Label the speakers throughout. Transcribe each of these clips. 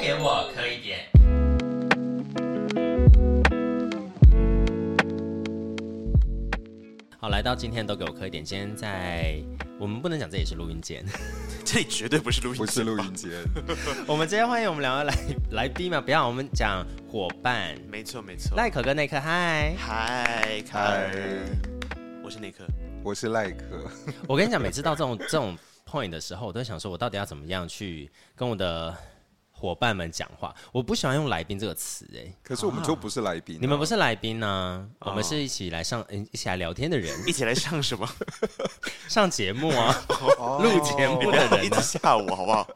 Speaker 1: 给我磕一点。好，来到今天都给我磕一点。今天在我们不能讲这里是录音 间，
Speaker 2: 这里绝对不是录音，
Speaker 3: 不是录音间。
Speaker 1: 我们今天欢迎我们两位来来宾啊嘛，不要我们讲伙伴。
Speaker 2: 没错没错。
Speaker 1: 赖可跟内克，嗨！
Speaker 2: 嗨，
Speaker 3: 嗨
Speaker 2: 凯，，我是内克。
Speaker 3: 我是赖可，
Speaker 1: 我跟你讲，每次到这种这种 point 的时候，我都会想说，我到底要怎么样去跟我的伙伴们讲话？我不喜欢用来宾这个词、哎，
Speaker 3: 可是我们就不是来宾啊、
Speaker 1: 你们不是来宾呢、
Speaker 2: 哦
Speaker 1: 我们是一起来上，嗯一起来聊天的人，
Speaker 2: 一起来上什么？
Speaker 1: 上节目啊，
Speaker 3: 哦
Speaker 1: 录节
Speaker 2: 你
Speaker 1: 目
Speaker 2: 不
Speaker 1: 的
Speaker 2: 要一
Speaker 1: 人、
Speaker 2: 直吓我好不好？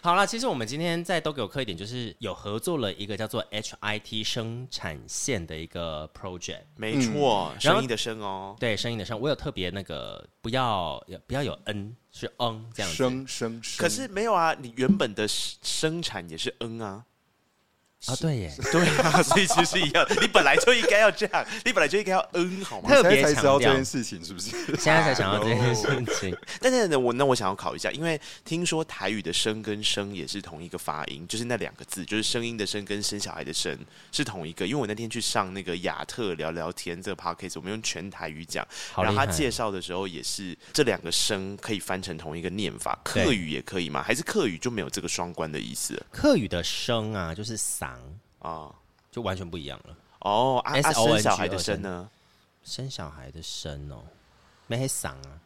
Speaker 1: 好啦，其实我们今天在都给我磕一点，就是有合作了一个叫做 HIT 生产线的一个 project。
Speaker 2: 没错，
Speaker 1: 然后
Speaker 2: 声音的声哦。
Speaker 1: 对，声音的声，我有特别那个不要不要有嗯，是嗯这样子。
Speaker 3: 生生生，
Speaker 2: 可是没有啊，你原本的生生产也是嗯啊，
Speaker 1: 啊，对耶，
Speaker 2: 对啊，所以其实是一样，你本来就应该要这样，你本来就应该要嗯好吗？
Speaker 1: 特
Speaker 3: 现
Speaker 1: 别
Speaker 3: 在才知道
Speaker 1: 强
Speaker 3: 这
Speaker 1: 调
Speaker 3: 件，事情是不是？
Speaker 1: 现在才想到这件事情。
Speaker 2: 但是呢，我那我想要考一下，因为听说台语的声跟声也是同一个发音，就是那两个字，就是声音的声跟生小孩的生是同一个。因为我那天去上那个亚特聊聊天这个 podcast，我们用全台语讲，
Speaker 1: 好
Speaker 2: 然
Speaker 1: 厉
Speaker 2: 后他
Speaker 1: 害！
Speaker 2: 介绍的时候也是这两个声可以翻成同一个念法，
Speaker 1: 对
Speaker 2: 客语也可以吗？还是客语就没有这个双关的意思了
Speaker 1: 客语的声啊，就是嗓，
Speaker 2: 啊？
Speaker 1: 就完全不一样了。
Speaker 2: 哦，啊啊，
Speaker 1: SONG
Speaker 2: 生小孩的生呢？
Speaker 1: 生小孩的声哦，没黑嗓啊。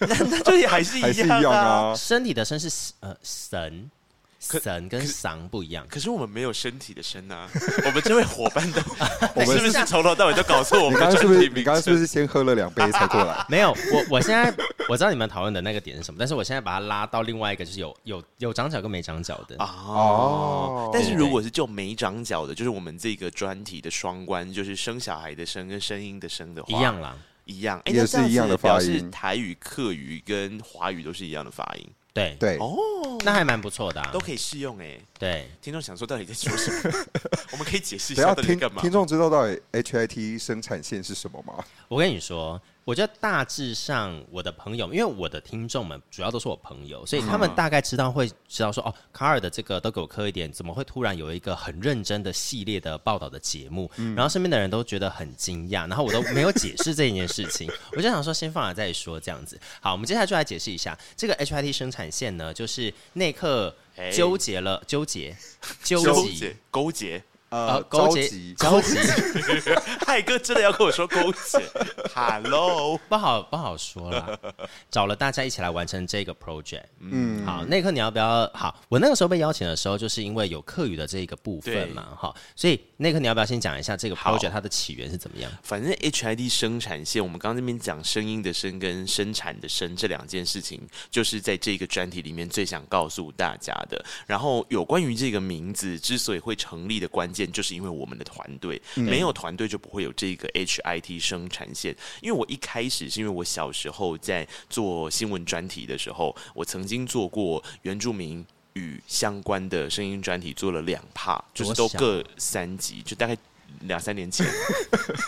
Speaker 2: 那就也还是
Speaker 3: 还是
Speaker 2: 一
Speaker 3: 一
Speaker 2: 样
Speaker 3: 样
Speaker 2: 啊。
Speaker 3: 啊？
Speaker 1: 身体的声是呃神，
Speaker 2: 可
Speaker 1: 神跟嗓不一样。
Speaker 2: 可是我们没有身体的身啊， 我们这位伙伴 都，我
Speaker 3: 们
Speaker 2: 们是不是从头到尾都搞错我
Speaker 3: 你
Speaker 2: 们
Speaker 3: 刚
Speaker 2: 的
Speaker 3: 刚是
Speaker 2: 专
Speaker 3: 不
Speaker 2: 辑
Speaker 3: 是你
Speaker 2: 名
Speaker 3: 刚刚是
Speaker 2: 称
Speaker 3: 不？是先喝了两杯才过来？
Speaker 1: 没有，我我现在我知道你们讨论的那个点是什么，但是我现在把它拉到另外一个，就是有有有长角跟没长角的。
Speaker 2: 哦
Speaker 3: 哦，
Speaker 2: 但是如果是就没长脚的，就是我们这个专题的双关，就是生小孩的生跟声音的声的话，
Speaker 1: 一样啦，
Speaker 2: 一样，哎，
Speaker 3: 也
Speaker 2: 那这
Speaker 3: 是一样
Speaker 2: 子
Speaker 3: 的发
Speaker 2: 表示
Speaker 3: 音
Speaker 2: 台语、客语跟华语都是一样的发音，
Speaker 1: 对，
Speaker 3: 对，
Speaker 2: 哦
Speaker 1: 那还蛮不错的、啊
Speaker 2: 都。可以适用哎。
Speaker 1: 对，
Speaker 2: 听众想说到底在说什么？ 我们可以解释一
Speaker 3: 不
Speaker 2: 下
Speaker 3: 要
Speaker 2: 到底在
Speaker 3: 啊听
Speaker 2: 干嘛
Speaker 3: 听？众知道到底 HIT 生产线是什么吗？
Speaker 1: 我跟你说，我觉得大致上我的朋友，因为我的听众们主要都是我朋友，所以他们大概知道会知道说，哦，卡尔的这个都给我磕一点，怎么会突然有一个很认真的系列的报道的节目？然后身边的人都觉得很惊讶，然后我都没有解释这件事情，我就想说先放了再说这样子。好，我们接下来就来解释一下这个 HIT 生产线呢，就是内克
Speaker 2: 哎
Speaker 1: 纠结了，纠结，纠
Speaker 2: 勾
Speaker 1: 结
Speaker 2: 结。勾结，
Speaker 1: 呃，
Speaker 3: 呃，
Speaker 1: 勾
Speaker 3: 着
Speaker 1: 结
Speaker 3: 急，
Speaker 1: 着急，
Speaker 2: 嗨哥真的要跟我说勾结 ？Hello，
Speaker 1: 不好不好说了，找了大家一起来完成这个 project。
Speaker 3: 嗯，
Speaker 1: 好，那一刻你要不要？好，我那个时候被邀请的时候，就是因为有课语的这个部分嘛，哈，所以那一刻你要不要先讲一下这个
Speaker 2: 好
Speaker 1: project 它的起源是怎么样？
Speaker 2: 反正 HID 生产线，我们刚刚那边讲声音的声跟生产的生这两件事情，就是在这个专题里面最想告诉大家的。然后有关于这个名字之所以会成立的关键，就是因为我们的团队，
Speaker 1: 嗯
Speaker 2: 没有团队就不会有这个 HIT 生产线。因为我一开始是因为我小时候在做新闻专题的时候，我曾经做过原住民。与相关的声音专题做了两趴，就是
Speaker 1: 多
Speaker 2: 都
Speaker 1: 小啊
Speaker 2: 各三集，就大概两三年前。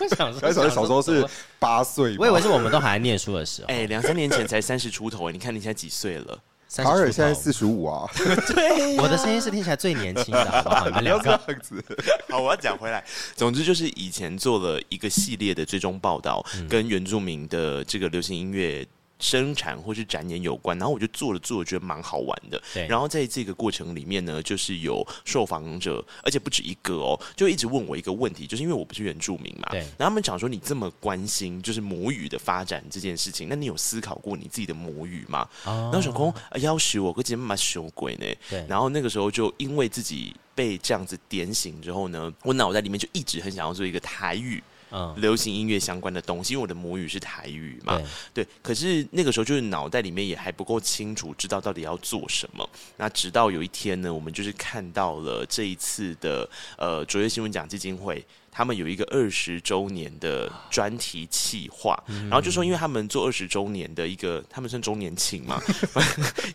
Speaker 1: 我想说
Speaker 3: 小时候小时候是八岁吗，
Speaker 1: 我以为是我们都还在念书的时候，
Speaker 2: 哎、两三年前才三十出头哎，你看你现在几岁了？
Speaker 1: 三
Speaker 3: 卡
Speaker 1: 十
Speaker 3: 尔
Speaker 1: 出
Speaker 3: 现在
Speaker 1: 头
Speaker 3: 四十五啊，
Speaker 2: 对
Speaker 1: 我的声音是听起来最年轻的，好不好？你们两
Speaker 3: 这
Speaker 1: 个，
Speaker 3: 样子，
Speaker 2: 好，我要讲回来。总之就是以前做了一个系列的追踪报道，跟原住民的这个流行音乐。生产或是展演有关，然后我就做了做了，觉得蛮好玩的。
Speaker 1: 对
Speaker 2: 然后在这个过程里面呢，就是有受访者，而且不止一个哦，就一直问我一个问题，就是因为我不是原住民嘛，
Speaker 1: 对
Speaker 2: 然后他们讲说你这么关心就是母语的发展这件事情，那你有思考过你自己的母语吗？然后
Speaker 1: 哦，
Speaker 2: 想空要许我个节目蛮羞鬼呢，
Speaker 1: 对，
Speaker 2: 然后那个时候就因为自己被这样子点醒之后呢，我脑袋里面就一直很想要做一个台语
Speaker 1: 嗯，
Speaker 2: 流行音乐相关的东西，因为我的母语是台语嘛
Speaker 1: 对。，
Speaker 2: 对，可是那个时候就是脑袋里面也还不够清楚，知道到底要做什么。那直到有一天呢，我们就是看到了这一次的呃卓越新闻奖基金会。他们有一个二十周年的专题企划，
Speaker 1: 嗯
Speaker 2: 然后就说因为他们做二十周年的一个，他们算周年庆嘛，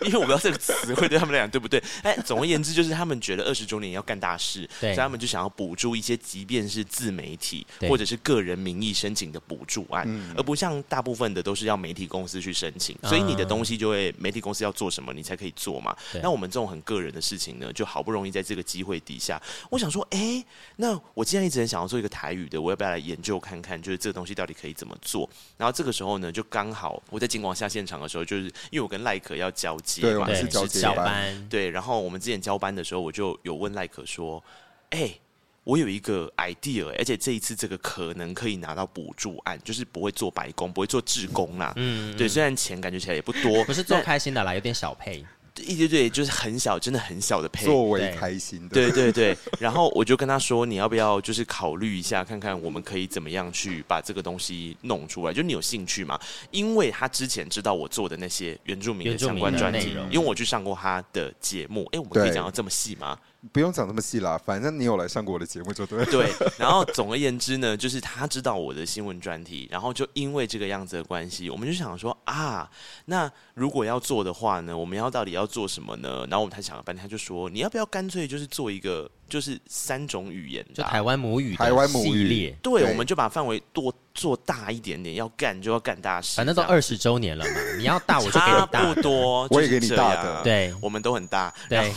Speaker 2: 因为我不知道这个词汇对他们来讲对不对。哎，总而言之就是他们觉得二十周年要干大事，所
Speaker 1: 对
Speaker 2: 以他们就想要补助一些，即便是自媒体
Speaker 1: 对嗯
Speaker 2: 或者是个人名义申请的补助案，而不像大部分的都是要媒体公司去申请，所以你的
Speaker 3: 嗯
Speaker 1: 啊
Speaker 2: 东西就会媒体公司要做什么你才可以做嘛
Speaker 1: 对。
Speaker 2: 那我们这种很个人的事情呢，就好不容易在这个机会底下，我想说，哎、那我既然一直很想要做一个台语的，我要不要来研究看看，就是这个东西到底可以怎么做？然后这个时候呢，就刚好我在金广下现场的时候，就是因为我跟赖可要交接
Speaker 3: 对
Speaker 2: 嘛，
Speaker 3: 我们
Speaker 1: 对
Speaker 3: 是交接
Speaker 1: 小
Speaker 3: 班
Speaker 1: 班，
Speaker 2: 对，然后我们之前交班的时候，我就有问赖可说：“哎、我有一个 idea，而且这一次这个可能可以拿到补助案，就是不会做白工，不会做志工啦。
Speaker 1: 嗯，
Speaker 2: 对，虽然钱感觉起来也不多，
Speaker 1: 不是做开心的啦，有点小配，
Speaker 2: 对对对，就是很小，真的很小的配。
Speaker 3: 作为
Speaker 1: 对
Speaker 3: 开心的，
Speaker 2: 对对对，然后我就跟他说，你要不要就是考虑一下，看看我们可以怎么样去把这个东西弄出来？就你有兴趣吗？因为他之前知道我做的那些原住民的
Speaker 1: 原住
Speaker 2: 相
Speaker 1: 民
Speaker 2: 关
Speaker 1: 的
Speaker 2: 专
Speaker 1: 内
Speaker 2: 题
Speaker 1: 容，
Speaker 2: 因为我去上过他的节目。哎，我们可以
Speaker 3: 对
Speaker 2: 讲到这么细吗？
Speaker 3: 不用讲那么细啦，反正你有来上过我的节目就对了。
Speaker 2: 对，然后总而言之呢，就是他知道我的新闻专题，然后就因为这个样子的关系，我们就想说啊，那如果要做的话呢，我们要到底要做什么呢？然后我们才想了半天，他就说你要不要干脆就是做一个就是三种语言
Speaker 1: 就
Speaker 2: 的啊、
Speaker 1: 台湾母语的
Speaker 3: 台湾母
Speaker 1: 系
Speaker 3: 语
Speaker 1: 列，
Speaker 2: 对，
Speaker 3: 对
Speaker 2: 我们就把范围多做大一点点，要干就要干大事，
Speaker 1: 反正都
Speaker 2: 这样
Speaker 1: 二十周年了嘛，你要大我就给
Speaker 2: 啊差
Speaker 1: 你
Speaker 2: 不
Speaker 1: 大，
Speaker 2: 多，
Speaker 3: 我
Speaker 2: 就
Speaker 3: 也
Speaker 2: 是
Speaker 3: 给你
Speaker 2: 这
Speaker 3: 大
Speaker 2: 样
Speaker 3: 的
Speaker 1: 对
Speaker 2: 我们都很大，
Speaker 1: 对，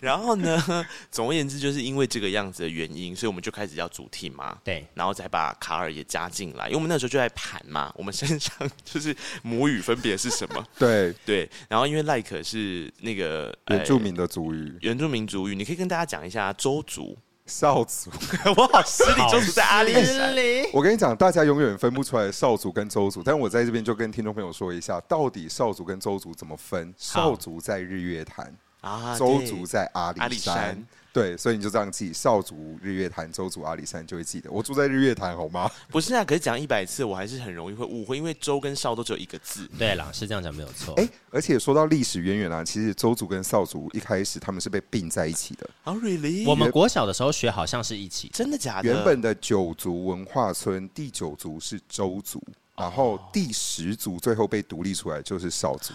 Speaker 2: 然后呢， 总而言之，就是因为这个样子的原因，所以我们就开始要主题嘛。
Speaker 1: 对，
Speaker 2: 然后再把卡尔也加进来，因为我们那时候就在盘嘛，我们身上就是母语分别是什 么？
Speaker 3: 对，
Speaker 2: 对，然后因为赖可是那个
Speaker 3: 原住、
Speaker 2: 呃
Speaker 3: 民的族语，
Speaker 2: 原住民族语，你可以跟大家讲一下啊周 族。
Speaker 3: 少族。
Speaker 2: 我好失礼，周族在阿里山。
Speaker 1: 里，
Speaker 3: 我跟你讲，大家永远分不出来少族跟周族，但我在这边就跟听众朋友说一下，到底少族跟周族怎么分？少族在日月潭，
Speaker 2: 啊
Speaker 3: 周
Speaker 2: 对
Speaker 3: 族在阿里
Speaker 2: 阿里山
Speaker 3: 对，所以你就这样记：少族日月潭，周族阿里山，就会记得。我住在日月潭，好吗？
Speaker 2: 不是啊，可是讲一百次我还是很容易会误会，因为周跟少都只有一个字。
Speaker 1: 对啦，是这样讲没有错
Speaker 2: 哦
Speaker 3: 哎、，而且说到历史渊源啊，其实周族跟少族一开始他们是被并在一起的。
Speaker 2: 啊、really？
Speaker 1: 我们国小的时候学好像是一起的，
Speaker 2: 真的假的？
Speaker 3: 原本的九族文化村，第九族是周族，然后
Speaker 2: 哦
Speaker 3: 第十族最后被独立出来就是少族。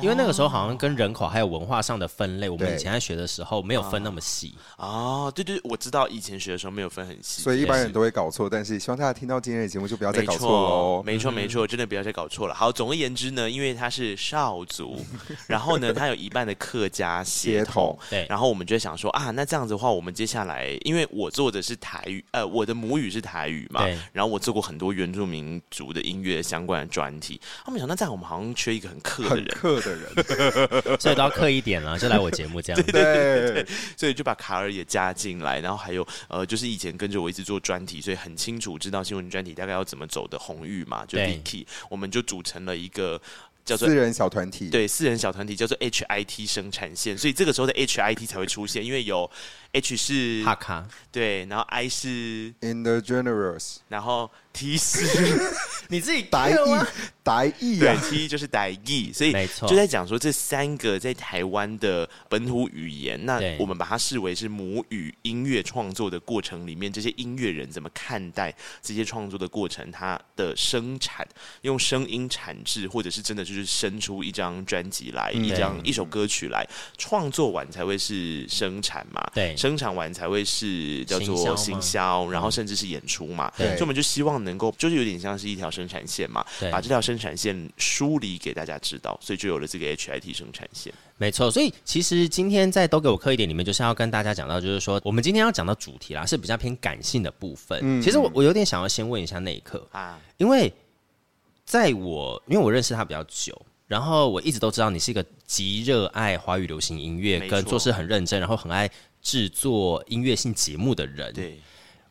Speaker 1: 因为那个时候好像跟人口还有文化上的分类，我们
Speaker 3: 哦对
Speaker 1: 以前在学的时候没有分那么细，
Speaker 2: 哦，对对，对我知道以前学的时候没有分很细，
Speaker 3: 所以一般人都会搞错，但是希望大家听到今天的节目就不要再
Speaker 2: 没
Speaker 3: 啊搞错
Speaker 2: 错，哦
Speaker 3: 喽。
Speaker 2: 没错，没
Speaker 1: 嗯
Speaker 2: 错，真的不要再搞错了。好，总而言之呢，因为他是少 族，然后呢，他有一半的客家血
Speaker 3: 血
Speaker 2: 统
Speaker 3: 统。
Speaker 1: 对，
Speaker 2: 然后我们就会想说啊，那这样子的话，我们接下来，因为我做的是台语，呃，我的母语是台语嘛
Speaker 1: 对，
Speaker 2: 然后我做过很多原住民族的音乐相关的专题。他们想，那这样我们好像缺一个很客的
Speaker 3: 很
Speaker 2: 人，
Speaker 3: 克的人，
Speaker 1: 所以都要刻一点啦，就来我节目这样。
Speaker 3: 对，
Speaker 2: 所以就把卡尔也加进来，然后还有呃，就是以前跟着我一直做专题，所以很清楚知道新闻专题大概要怎么走的红玉嘛，就
Speaker 1: 对
Speaker 2: Vicky，我们就组成了一个叫做
Speaker 3: 私人小团体，
Speaker 2: 对四人小团体，叫做 HIT 生产线，所以这个时候的 HIT 才会出现，因为有 H 是
Speaker 1: 哈卡，
Speaker 2: 对，然后 I 是，
Speaker 3: ，In the Generous，
Speaker 2: 然后 T 是
Speaker 1: 你自己
Speaker 3: 白意，白意
Speaker 2: 对
Speaker 3: 啊，
Speaker 2: T 就是傣语，所以
Speaker 1: 没错
Speaker 2: 就在讲说这三个在台湾的本土语言，那
Speaker 1: 对
Speaker 2: 我们把它视为是母语音乐创作的过程里面，这些音乐人怎么看待这些创作的过程，它的生产，用声音产制，或者是真的就是生出一张专辑来，一张一首歌曲来，创作完才会是生产嘛，
Speaker 1: 对
Speaker 2: 生产完才会是叫
Speaker 1: 行销
Speaker 2: 做
Speaker 1: 吗
Speaker 2: 行销，然后甚至是演出嘛，
Speaker 1: 对
Speaker 2: 所以我们就希望能够就是有点像是一条生产线嘛，
Speaker 1: 对
Speaker 2: 把这条生产线梳理给大家知道，所以就有了这个 HIT 生产线。
Speaker 1: 没错，所以其实今天在都给我磕一点里面，就是要跟大家讲到，就是说我们今天要讲到主题啦，是比较偏感性的部分。
Speaker 3: 嗯
Speaker 1: 其实我我有点想要先问一下那一刻，
Speaker 2: 啊，
Speaker 1: 因为在我因为我认识他比较久，然后我一直都知道你是一个极热爱华语流行音乐
Speaker 2: 没，错
Speaker 1: 跟做事很认真，然后很爱制作音乐性节目的人。
Speaker 2: 对，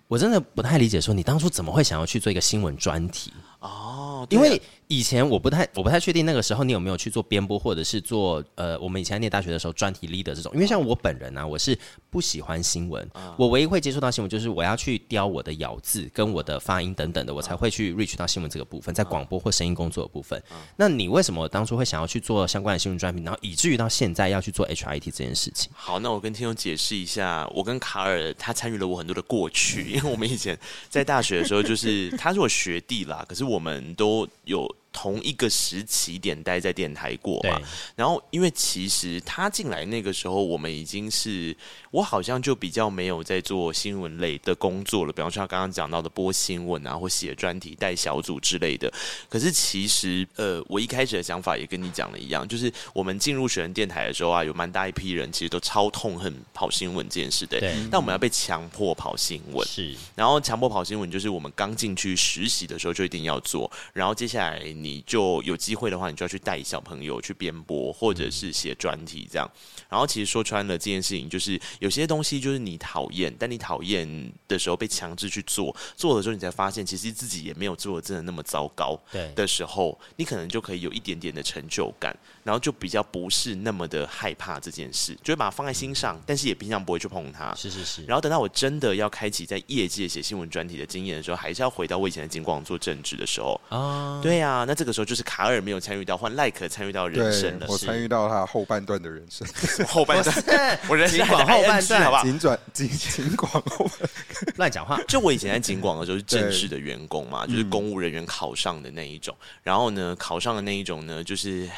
Speaker 1: 我真的不太理解，说你当初怎么会想要去做一个新闻专题？
Speaker 2: 哦，对
Speaker 1: 因
Speaker 2: 啊
Speaker 1: 为以前我不太我不太确定那个时候你有没有去做编播，或者是做呃，我们以前念大学的时候专题 leader 这种。因为像我本人啊，我是不喜欢新闻，
Speaker 2: 啊
Speaker 1: 我唯一会接触到新闻就是我要去雕我的咬字跟我的发音等等的，
Speaker 2: 啊
Speaker 1: 我才会去 reach 到新闻这个部分，在广播或声音工作的部分。那你为什么当初会想要去做相关的新闻专题，然后以至于到现在要去做 HIT 这件事情？
Speaker 2: 好，那我跟听众解释一下，我跟卡尔他参与了我很多的过去，因为我们以前在大学的时候，就是 他是我学弟啦，可是我们都有同一个时期点待在电台过嘛
Speaker 1: 对。
Speaker 2: 然后，因为其实他进来那个时候，我们已经是我好像就比较没有在做新闻类的工作了，比方说他刚刚讲到的播新闻啊，或写专题、带小组之类的。可是其实，呃，我一开始的想法也跟你讲的一样，就是我们进入学人电台的时候啊，有蛮大一批人其实都超痛恨跑新闻这件事的，
Speaker 1: 对
Speaker 2: 但我们要被强迫跑新闻。
Speaker 1: 是
Speaker 2: 然后强迫跑新闻就是我们刚进去实习的时候就一定要做，然后接下来你就有机会的话，你就要去带小朋友去编播或者是写专题这样。然后其实说穿了这件事情，就是有些东西就是你讨厌，但你讨厌的时候被强制去做，做了之后你才发现其实自己也没有做的真的那么糟糕。
Speaker 1: 对
Speaker 2: 的时候，你可能就可以有一点点的成就感，然后就比较不是那么的害怕这件事，就会把它放在心上，但是也平常不会去碰它。
Speaker 1: 是是是，
Speaker 2: 然后等到我真的要开启在业界写新闻专题的经验的时候，还是要回到我以前的金广做正职的时候。
Speaker 1: 啊，
Speaker 2: 对啊，那这个时候就是卡尔没有参与到，换赖可参与到人
Speaker 3: 对
Speaker 2: 生了，
Speaker 3: 我
Speaker 2: 是
Speaker 3: 参与到他后半段的人生，
Speaker 2: 后 半段，我人生
Speaker 1: 尽管后半
Speaker 2: ING
Speaker 1: 段
Speaker 2: 好不好？
Speaker 3: 尽转尽尽管后半
Speaker 1: 乱讲话，
Speaker 2: 就我以前在警广的时候是正式的员工 嘛，就是公务人员考上的那一种。然后呢，考上的那一种呢，就是，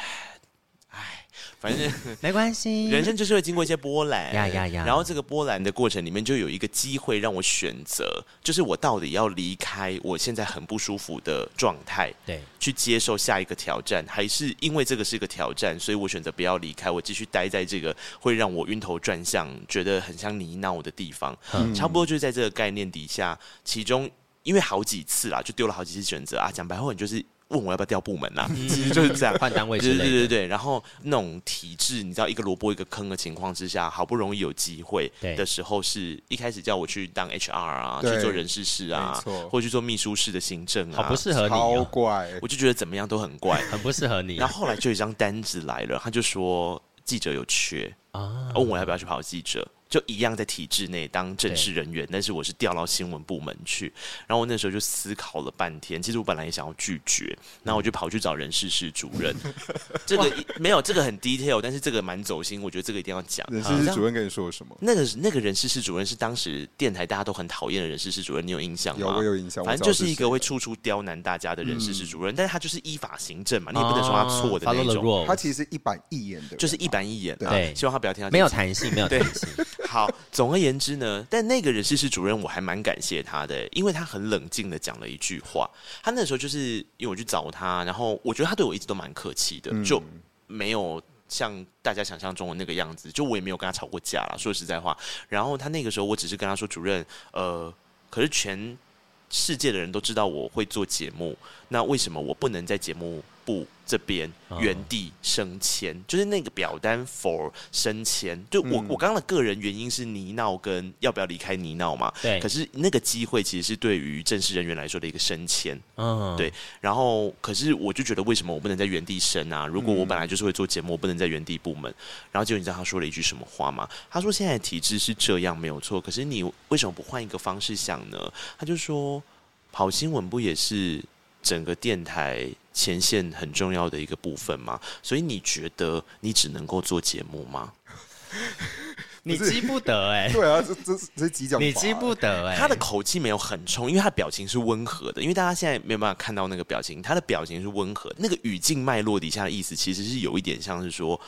Speaker 2: 唉，反正
Speaker 1: 没关系，
Speaker 2: 人生就是会经过一些波澜，
Speaker 1: 呀呀呀
Speaker 2: 然后这个波澜的过程里面，就有一个机会让我选择，就是我到底要离开我现在很不舒服的状态，
Speaker 1: 对
Speaker 2: 去接受下一个挑战，还是因为这个是一个挑战，所以我选择不要离开，我继续待在这个会让我晕头转向、觉得很像泥淖的地方。
Speaker 3: 嗯
Speaker 2: 嗯差不多就是在这个概念底下，其中因为好几次啦，就丢了好几次选择啊。讲白话，你就是问我要不要调部门啦，啊其实就是 这样。
Speaker 1: 换单位之
Speaker 2: 对
Speaker 1: 类
Speaker 2: 对
Speaker 1: 的，
Speaker 2: 对对，然后那种体制，你知道一个萝卜一个坑的情况之下，好不容易有机会
Speaker 1: 对
Speaker 2: 的时候是，一开始叫我去当 HR 啊，
Speaker 3: 对
Speaker 2: 去做人事室啊
Speaker 3: 没错，
Speaker 2: 或者去做秘书室的行政
Speaker 1: 好
Speaker 2: 啊，
Speaker 1: 不适合你、
Speaker 3: 嗯超
Speaker 1: 哦，
Speaker 3: 怪，
Speaker 2: 我就觉得怎么样都很怪。
Speaker 1: 很不适合你啊
Speaker 2: 然后后来就有一张单子来了，他就说记者有缺，哦
Speaker 1: 啊。
Speaker 2: 问我要不要去跑记者，就一样在体制内当正式人员，但是我是调到新闻部门去。然后我那时候就思考了半天，其实我本来也想要拒绝，然后我就跑去找人事室主 任。这个一没有，这个很 detail，但是这个蛮走心，我觉得这个一定要讲。
Speaker 3: 人
Speaker 2: 你
Speaker 3: 事
Speaker 2: 知
Speaker 3: 室
Speaker 2: 道
Speaker 3: 主任跟你说了什么？
Speaker 2: 那个那个人事室主任是当时电台大家都很讨厌的人事室主任，你有印象吗？
Speaker 3: 有我有印象，
Speaker 2: 反正就
Speaker 3: 我知道
Speaker 2: 是一
Speaker 3: 谁嗯
Speaker 2: 个会处处刁难大家的人事室主任，但是他就是依法行政嘛，你也不能说他
Speaker 3: 哦
Speaker 1: 啊
Speaker 2: 错的
Speaker 1: follow
Speaker 2: 那
Speaker 1: the
Speaker 2: 种，
Speaker 1: rule
Speaker 3: 他其实一板一眼的人，
Speaker 2: 就是一板一眼啊
Speaker 1: 对。
Speaker 2: 希望他不要听到这
Speaker 1: 没有
Speaker 2: 集
Speaker 1: 弹性，没有弹
Speaker 2: 对
Speaker 1: 性，
Speaker 2: 好，总而言之呢，但那个人事室主任我还蛮感谢他的，欸因为他很冷静的讲了一句话。他那时候就是因为我去找他，然后我觉得他对我一直都蛮客气的，
Speaker 1: 嗯
Speaker 3: 嗯
Speaker 2: 就没有像大家想象中的那个样子。就我也没有跟他吵过架啦，说实在话。然后他那个时候，我只是跟他说：“主任，呃，可是全世界的人都知道我会做节目，那为什么我不能在节目部这边
Speaker 1: 哦
Speaker 2: 原地升迁？就是那个表单 for 升迁，就我、我刚刚的个人原因是泥淖跟要不要离开泥淖嘛。
Speaker 1: 对
Speaker 2: 可是那个机会其实是对于正式人员来说的一个升迁，
Speaker 1: 嗯，
Speaker 2: 对然后可是我就觉得为什么我不能在原地升啊？如果我本来就是会做节目，我不能在原地部门。然后结果你知道他说了一句什么话吗？他说现在的体制是这样没有错，可是你为什么不换一个方式想呢？他就说跑新闻不也是整个电台前线很重要的一个部分吗？所以你觉得你只能够做节目吗？
Speaker 1: 你
Speaker 3: 不是
Speaker 1: 记不得哎、
Speaker 3: 对啊，这这这是几讲法，
Speaker 1: 你记不得哎、
Speaker 2: 他的口气没有很冲，因为他表情是温和的，因为大家现在没有办法看到那个表情，他的表情是温和，那个语境脉络底下的意思其实是有一点像是说，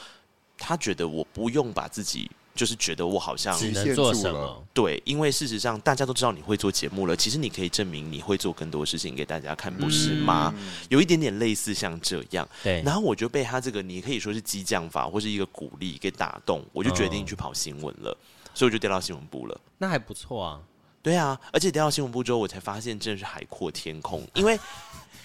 Speaker 2: 他觉得我不用把自己，就是觉得我好像
Speaker 1: 只
Speaker 3: 极
Speaker 1: 能
Speaker 3: 限
Speaker 1: 做
Speaker 3: 住
Speaker 1: 什
Speaker 3: 了
Speaker 1: 么？
Speaker 2: 对，因为事实上大家都知道你会做节目了，其实你可以证明你会做更多事情给大家看，不是吗？有一点点类似像这样，
Speaker 1: 嗯对，
Speaker 2: 然后我就被他这个你可以说是激将法或是一个鼓励给打动，我就决
Speaker 1: 哦
Speaker 2: 定去跑新闻了，所以我就调到新闻部了。
Speaker 1: 那还不错啊。
Speaker 2: 对啊，而且调到新闻部之后，我才发现真的是海阔天空。因为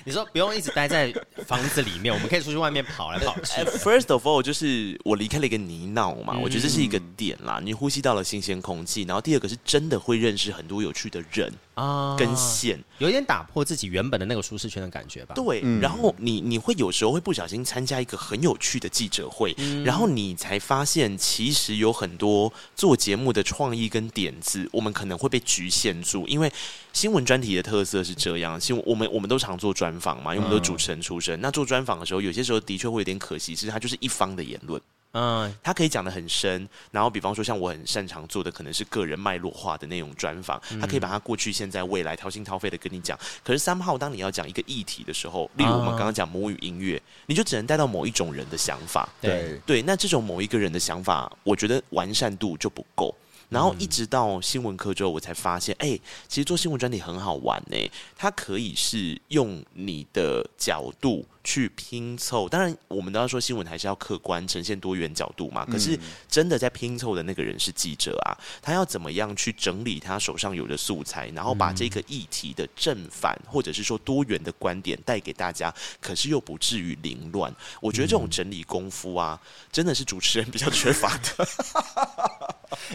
Speaker 1: 你说不用一直待在房子里面，我们可以出去外面跑来跑 去。
Speaker 2: 呃 first of all，就是我离开了一个泥淖嘛，我觉得这是一个点啦。你呼吸到了新鲜空气，然后第二个是真的会认识很多有趣的人，
Speaker 1: 啊，
Speaker 2: 跟线。
Speaker 1: 有一点打破自己原本的那个舒适圈的感觉吧。
Speaker 2: 对，然后你你会有时候会不小心参加一个很有趣的记者会，然后你才发现其实有很多做节目的创意跟点子，我们可能会被局限住，因为新闻专题的特色是这样，新闻我们我们都常做专访嘛，因为我们都是主持人出身。那做专访的时候，有些时候的确会有点可惜，是它就是一方的言论。
Speaker 1: 嗯，
Speaker 2: 他可以讲的很深，然后比方说像我很擅长做的，可能是个人脉络化的那种专访，他可以把他过去、现在、未来掏心掏肺的跟你讲。可是三号，当你要讲一个议题的时候，例如我们刚刚讲母语音乐，你就只能带到某一种人的想法。
Speaker 1: 对，
Speaker 3: 对，
Speaker 2: 对，那这种某一个人的想法，我觉得完善度就不够。然后一直到新闻科之后，我才发现，哎、其实做新闻专题很好玩呢、它可以是用你的角度去拼凑。当然，我们都要说新闻还是要客观，呈现多元角度嘛。可是真的在拼凑的那个人是记者啊，他要怎么样去整理他手上有的素材，然后把这个议题的正反，或者是说多元的观点带给大家，可是又不至于凌乱。我觉得这种整理功夫啊，真的是主持人比较缺乏的。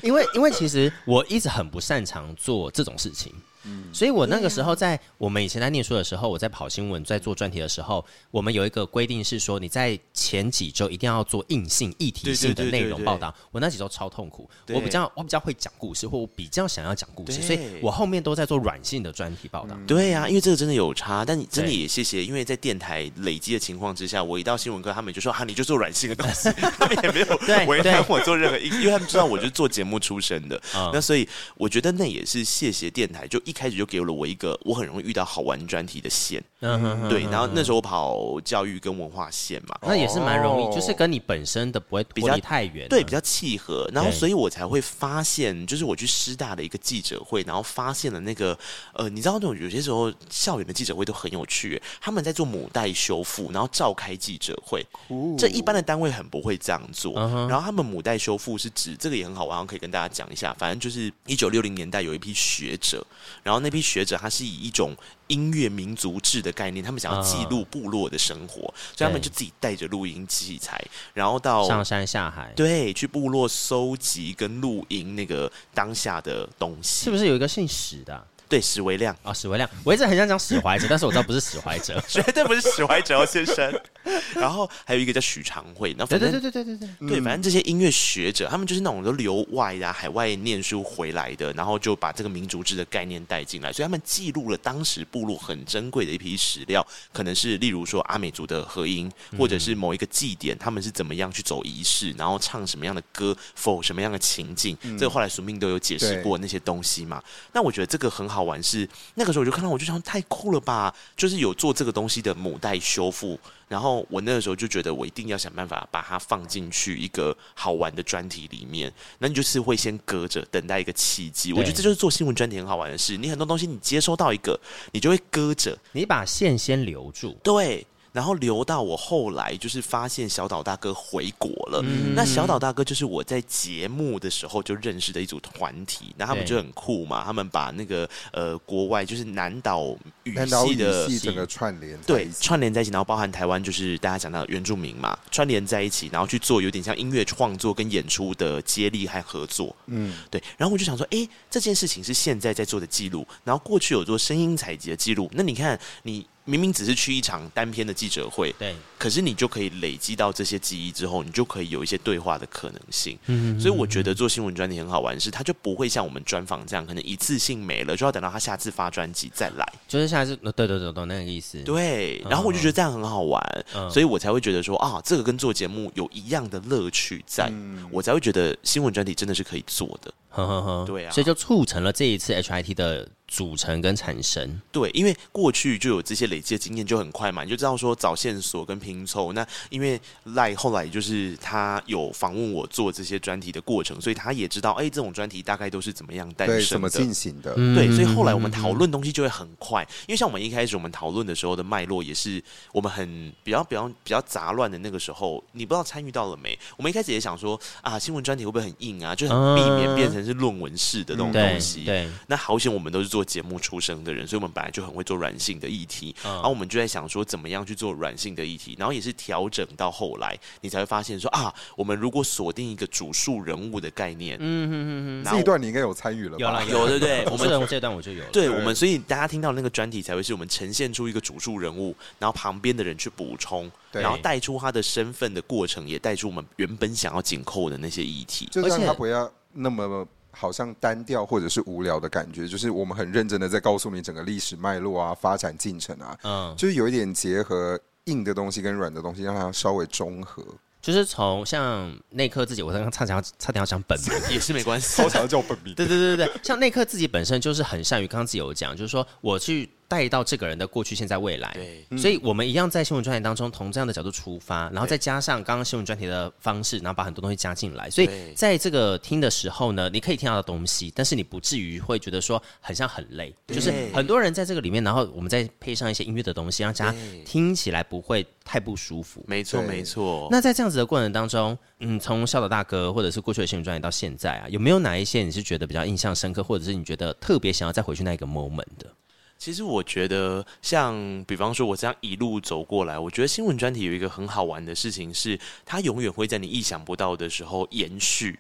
Speaker 1: 因为因为其实我一直很不擅长做这种事情，
Speaker 2: 嗯
Speaker 1: 所以我那个时候在我们以前在念书的时候，我在跑新闻、在做专题的时候，我们有一个规定是说，你在前几周一定要做硬性、议题性的
Speaker 2: 对对对
Speaker 1: 内
Speaker 2: 对
Speaker 1: 容
Speaker 2: 对
Speaker 1: 报道。我那几周超痛苦，
Speaker 2: 对
Speaker 1: 我比较我比较会讲故事，或我比较想要讲故事，
Speaker 2: 对
Speaker 1: 所以我后面都在做软性的专题报道。
Speaker 2: 对呀、啊，因为这个真的有差，但你真
Speaker 1: 嗯
Speaker 2: 的
Speaker 1: 对
Speaker 2: 也谢谢，因为在电台累积的情况之下，我一到新闻科，他们就说啊，你就做软性的东 西，他们也没
Speaker 1: 对
Speaker 2: 有为难我做任何一，因为他们知道我就是做节目出身的，
Speaker 1: 嗯
Speaker 2: 那所以我觉得那也是谢谢电台，就一开始就给了我一个我很容易遇到好玩专题的线，
Speaker 1: 嗯哼哼
Speaker 2: 对，然后那时候我跑教育跟文化线嘛，
Speaker 1: 那也是蛮容易，
Speaker 3: 哦
Speaker 1: 就是跟你本身的不会
Speaker 2: 较
Speaker 1: 脱离太远啊。
Speaker 2: 对，比较契合。然后，
Speaker 1: 对
Speaker 2: 所以我才会发现，就是我去师大的一个记者会，然后发现了那个呃，你知道那种有些时候校园的记者会都很有趣耶，他们在做母带修复，然后召开记者会，
Speaker 3: 酷
Speaker 2: 这一般的单位很不会这样做。
Speaker 1: 哦嗯哼
Speaker 2: 然后他们母带修复是指这个也很好玩，我可以跟大家讲一下。反正就是一九六零年代有一批学者，然后那批学者他是以一种音乐民族志的概念，他们想要
Speaker 1: 嗯
Speaker 2: 记录部落的生活，所以他们就自己带着录音器材，然后到
Speaker 1: 上山下海，
Speaker 2: 对，去部落搜集跟露营那个当下的东
Speaker 1: 是
Speaker 2: 西。
Speaker 1: 不是有一个姓史的啊
Speaker 2: 对，史维亮
Speaker 1: 啊？史维亮，我一直很想讲史怀哲，但是我知道不是史怀哲。
Speaker 2: 绝对不是史怀哲先生。 然后还有一个叫许长惠，那
Speaker 1: 对
Speaker 2: 反
Speaker 1: 对
Speaker 2: 正
Speaker 1: 对对对对对。
Speaker 2: 对，反正这些音乐学者，他们就是那种都留外呀、海外念书回来的，然后就把这个民族志的概念带进来，所以他们记录了当时部落很珍贵的一批史料，可能是例如说阿美族的合音，或者是某一个祭典，他们是怎么样去走仪式，然后唱什么样的歌否什么样的情境，这个后来苏命都有解释
Speaker 3: 对
Speaker 2: 过那些东西嘛。那我觉得这个很好玩是，那个时候我就看到我就想太酷了吧，就是有做这个东西的母带修复，然后我那个时候就觉得我一定要想办法把它放进去一个好玩的专题里面。那你就是会先隔着等待一个契机，我觉得这就是做新闻专题很好玩的事。你很多东西你接收到一个，你就会搁着，
Speaker 1: 你把线先留住，
Speaker 2: 对。然后留到我后来就是发现小岛大哥回国了，
Speaker 3: 嗯
Speaker 2: 那小岛大哥就是我在节目的时候就认识的一组团体，那他们
Speaker 1: 对
Speaker 2: 就很酷嘛，他们把那个呃国外就是南岛语
Speaker 3: 南岛
Speaker 2: 系
Speaker 3: 语
Speaker 2: 的
Speaker 3: 系整个串联在
Speaker 2: 对
Speaker 3: 一起
Speaker 2: 串联在一起，然后包含台湾就是大家讲到原住民嘛，串联在一起，然后去做有点像音乐创作跟演出的接力和合作。
Speaker 3: 嗯，
Speaker 2: 对，然后我就想说，诶，这件事情是现在在做的记录，然后过去有做声音采集的记录。那你看，你明明只是去一场单篇的记者会，
Speaker 1: 对，
Speaker 2: 可是你就可以累积到这些记忆之后，你就可以有一些对话的可能性。嗯，所以我觉得做新闻专题很好玩，是它就不会像我们专访这样，可能一次性没了，就要等到他下次发专辑再来。
Speaker 1: 就是下一次，呃对对对，懂那个意思。
Speaker 2: 对，
Speaker 3: 嗯
Speaker 2: 然后我就觉得这样很好玩，
Speaker 1: 嗯
Speaker 2: 所以我才会觉得说啊，这个跟做节目有一样的乐趣在，
Speaker 3: 嗯
Speaker 2: 我才会觉得新闻专题真的是可以做的。
Speaker 1: 呵呵呵，
Speaker 2: 对啊
Speaker 1: 所以就促成了这一次 HIT 的组成跟产生。
Speaker 2: 对，因为过去就有这些累积的经验，就很快嘛，你就知道说找线索跟拼凑。那因为赖后来就是他有访问我做这些专题的过程，所以他也知道，哎，这种专题大概都是怎么样诞
Speaker 3: 对
Speaker 2: 生的嗯
Speaker 3: 怎么。进行的？
Speaker 2: 对，
Speaker 1: 嗯
Speaker 2: 所以后来我们讨论东西就会很快，因为像我们一开始我们讨论的时候的脉络也是我们很比较比较比较杂乱的那个时候，你不知道参与到了没？我们一开始也想说啊，新闻专题会不会很硬啊，就很避免
Speaker 1: 嗯
Speaker 2: 变成是论文式的那种
Speaker 1: 对
Speaker 2: 东西。嗯
Speaker 1: 对，
Speaker 2: 那好险，我们都是做做节目出身的人，所以我们本来就很会做软性的议题。
Speaker 1: 嗯
Speaker 2: 然后我们就在想说，怎么样去做软性的议题，然后也是调整到后来，你才会发现说啊，我们如果锁定一个主述人物的概念，嗯哼哼哼，
Speaker 3: 这一段你应该有参与了
Speaker 1: 有
Speaker 3: 吧？
Speaker 1: 了
Speaker 2: 有 对不对？我
Speaker 1: 我
Speaker 2: 们
Speaker 1: 们这段我就有了。
Speaker 2: 对
Speaker 3: 对
Speaker 2: 我们，所以大家听到那个专题才会是我们呈现出一个主述人物，然后旁边的人去补充，
Speaker 3: 对
Speaker 2: 然后带出他的身份的过程，也带出我们原本想要紧扣的那些议 题。
Speaker 3: 就
Speaker 1: 而
Speaker 3: 让
Speaker 1: 且
Speaker 3: 他不要那么好像单调或者是无聊的感觉，就是我们很认真的在告诉你整个历史脉络啊、发展进程啊，
Speaker 1: 嗯，
Speaker 3: 就是有一点结合硬的东西跟软的东西，让它稍微中和。
Speaker 1: 就是从像内克自己，我刚刚差点要差点要讲本名。
Speaker 2: 也是没关系
Speaker 3: 超，强叫本名，
Speaker 1: 对对对对，对像内克自己本身就是很善于，刚刚自己有讲，就是说我去带到这个人的过去、现在、未来。
Speaker 2: 对，
Speaker 1: 所以我们一样在新闻专题当中从这样的角度出发，然后再加上刚刚新闻专题的方式，然后把很多东西加进来。所以
Speaker 2: 对
Speaker 1: 在这个听的时候呢，你可以听到的东西，但是你不至于会觉得说很像很累。就是很多人在这个里面，然后我们再配上一些音乐的东西，让大家听起来不会太不舒服。
Speaker 2: 没错
Speaker 3: 对
Speaker 2: 没错。
Speaker 1: 那在这样子的过程当中，嗯，从笑的大哥或者是过去的新闻专题到现在啊，有没有哪一些你是觉得比较印象深刻，或者是你觉得特别想要再回去那一个 moment 的？
Speaker 2: 其实我觉得，像比方说我这样一路走过来，我觉得新闻专题有一个很好玩的事情是，它永远会在你意想不到的时候延续。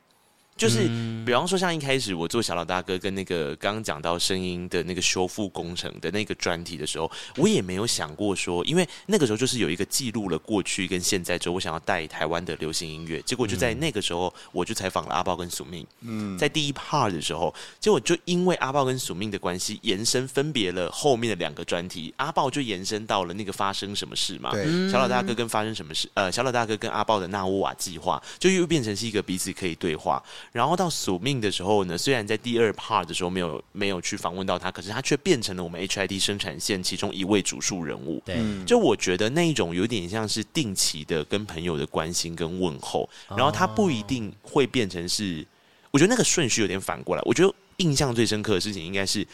Speaker 2: 就是，比方说，像一开始我做小老大哥跟那个刚刚讲到声音的那个修复工程的那个专题的时候，我也没有想过说，因为那个时候就是有一个记录了过去跟现在之后，我想要带台湾的流行音乐，结果就在那个时候，我就采访了阿豹跟苏命，嗯，在第一 part 的时候，结果就因为阿豹跟署命的关系，延伸分别了后面的两个专题，阿豹就延伸到了那个发生什么事嘛，
Speaker 3: 对
Speaker 2: 小老大哥跟发生什么事，呃，小老大哥跟阿豹的纳乌瓦计划，就又变成是一个彼此可以对话。然后到宿命的时候呢，虽然在第二 part 的时候没有没有去访问到他，可是他却变成了我们 HID 生产线其中一位主述人物。
Speaker 1: 对，
Speaker 3: 嗯
Speaker 2: 就我觉得那一种有点像是定期的跟朋友的关心跟问候，然后它不一定会变成是，我觉得那个顺序有点反过来。我觉得印象最深刻的事情应该是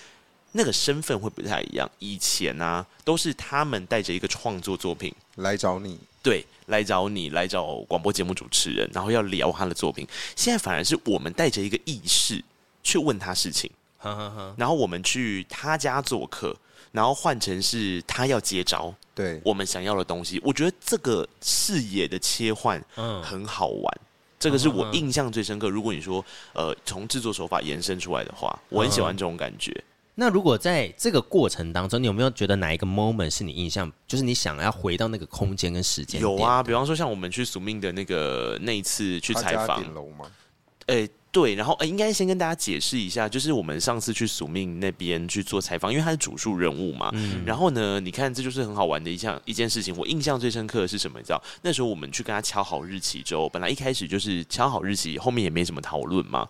Speaker 2: 那个身份会不太一样。以前啊，都是他们带着一个创作作品，
Speaker 3: 来找你，
Speaker 2: 对，来找你，来找广播节目主持人，然后要聊他的作品。现在反而是我们带着一个意识去问他事情，
Speaker 1: 呵呵呵，
Speaker 2: 然后我们去他家做客，然后换成是他要接招。
Speaker 3: 对，
Speaker 2: 我们想要的东西。我觉得这个视野的切换
Speaker 1: 嗯，
Speaker 2: 很好玩。这个是我
Speaker 1: 嗯嗯嗯
Speaker 2: 印象最深刻。如果你说，呃，从制作手法延伸出来的话，我很喜欢这种感觉。
Speaker 1: 那如果在这个过程当中，你有没有觉得哪一个 moment 是你印象，就是你想要回到那个空间跟时间？
Speaker 2: 有，啊，比方说像我们去宿命的那个那一次去
Speaker 3: 他
Speaker 2: 采
Speaker 3: 家
Speaker 2: 访
Speaker 3: 顶，楼吗？
Speaker 2: 诶、对，然后诶、应该先跟大家解释一下，就是我们上次去宿命那边去做采访，因为他是主述人物嘛。
Speaker 1: 嗯
Speaker 2: 然后呢，你看这就是很好玩的一项一件事情。我印象最深刻的是什么？你知道那时候我们去跟他敲好日期之后，本来一开始就是敲好日期，后面也没什么讨论嘛。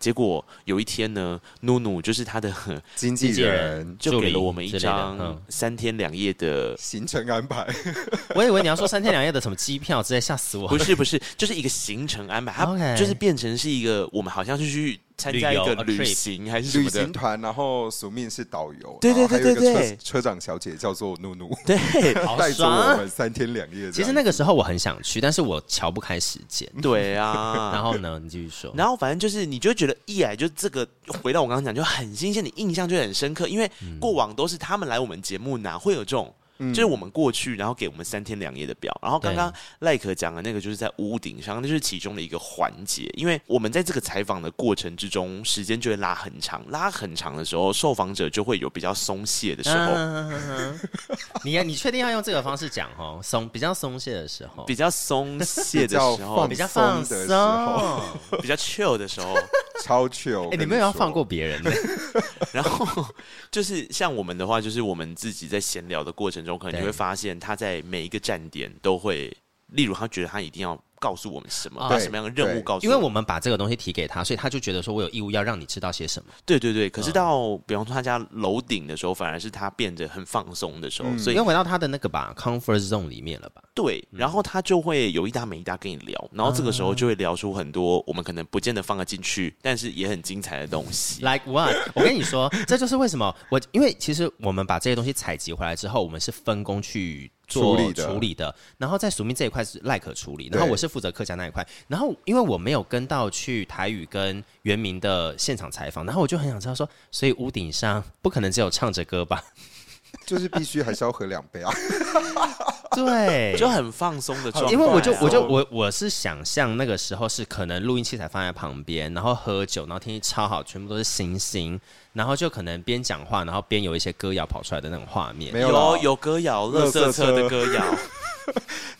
Speaker 2: 结果有一天呢，努努就是他的
Speaker 3: 经纪
Speaker 1: 经纪
Speaker 3: 人
Speaker 1: 人
Speaker 2: 就给了我们一
Speaker 1: 助理之类的
Speaker 2: 张
Speaker 1: 嗯
Speaker 2: 三天两夜 的
Speaker 3: 行程安排，
Speaker 1: 我以为你要说三天两夜的什么机票之类，吓死我！
Speaker 2: 不是不是，就是一个行程安排，它
Speaker 1: OK
Speaker 2: 就是变成是一个我们好像是去参加一
Speaker 1: 旅游
Speaker 2: 个
Speaker 1: a
Speaker 2: 旅
Speaker 1: trip
Speaker 2: 行还是什
Speaker 3: 旅
Speaker 2: 么的
Speaker 3: 行团，然后宿命是导游，
Speaker 2: 对对
Speaker 3: 然后还有
Speaker 2: 对
Speaker 3: 一
Speaker 2: 对
Speaker 3: 个
Speaker 2: 对
Speaker 3: 车车长小姐叫做露露，
Speaker 2: 对，
Speaker 1: 好
Speaker 3: 带着
Speaker 1: 爽
Speaker 3: 我
Speaker 1: 啊！
Speaker 3: 们三天两夜这样。
Speaker 1: 其实那个时候我很想去，但是我瞧不开时间。
Speaker 3: 嗯
Speaker 2: 对啊，
Speaker 1: 然后呢，你继续说。
Speaker 2: 然后反正就是，你就会觉得一来就这个，回到我刚刚讲，就很新鲜，你印象就很深刻，因为过往都是他们来我们节目，哪会有这种？
Speaker 3: 嗯
Speaker 2: 就是我们过去，然后给我们三天两夜的表，然后刚刚赖可讲的那个就是在屋顶上，那就是其中的一个环节。因为我们在这个采访的过程之中，时间就会拉很长，拉很长的时候，受访者就会有比较松懈的时候，
Speaker 3: 啊
Speaker 1: 嗯，你你确定要用这个方式讲哦？松比较松懈的时候，哦
Speaker 2: 比较松懈
Speaker 3: 比
Speaker 2: 的
Speaker 3: 较
Speaker 2: 时候，
Speaker 3: 放
Speaker 1: 比
Speaker 2: 比
Speaker 1: 较
Speaker 3: 松
Speaker 1: 放
Speaker 3: 的
Speaker 1: 松
Speaker 3: 时候，
Speaker 2: 较比较 chill 的时候，
Speaker 3: 超 chill。
Speaker 1: 哎、
Speaker 3: 我
Speaker 1: 你
Speaker 3: 跟
Speaker 1: 没有要
Speaker 3: 说
Speaker 1: 放过别人的，
Speaker 2: 然后就是像我们的话，就是我们自己在闲聊的过程中，可能你
Speaker 1: 对
Speaker 2: 会发现他在每一个站点都会，例如他觉得他一定要告诉我们什么，
Speaker 1: 啊
Speaker 2: 把什么样的任务
Speaker 3: 对
Speaker 2: 告诉
Speaker 1: 因为
Speaker 2: 们
Speaker 1: 我们把这个东西提给他，所以他就觉得说我有义务要让你知道些什么。
Speaker 2: 对对对。
Speaker 1: 嗯
Speaker 2: 可是到比方说他家楼顶的时候，反而是他变得很放松的时
Speaker 3: 嗯
Speaker 2: 候，所
Speaker 1: 因
Speaker 2: 以
Speaker 1: 为嗯回到他的那个吧 comfort zone 里面了吧？
Speaker 2: 对，然后他就会有一搭没一搭跟你聊，然后这个时
Speaker 1: 嗯
Speaker 2: 候就会聊出很多我们可能不见得放得进去，但是也很精彩的东西。
Speaker 1: Like what？我跟你 说，这就是为什么我，因为其实我们把这些东西采集回来之后，我们是分工去做
Speaker 3: 处理的
Speaker 1: 处理的，然后在署名这一块是赖可处理，
Speaker 3: 对
Speaker 1: 然后我是负责客家那一块，然后因为我没有跟到去台语跟原民的现场采访，然后我就很想知道说，所以屋顶上不可能只有唱着歌 吧？
Speaker 3: 就是必须还是要喝两 杯啊。
Speaker 1: 对，
Speaker 2: 就很放松的状态啊、
Speaker 1: 因为我就我就我我是想象那个时候是可能录音器材放在旁边，然后喝酒，然后天气超好，全部都是星星，然后就可能边讲话，然后边有一些歌谣跑出来的那种画面。
Speaker 3: 没有
Speaker 2: 有
Speaker 3: 啦
Speaker 2: 有歌谣，
Speaker 3: 垃
Speaker 2: 乐
Speaker 3: 圾
Speaker 2: 色车的
Speaker 3: 车
Speaker 2: 歌谣。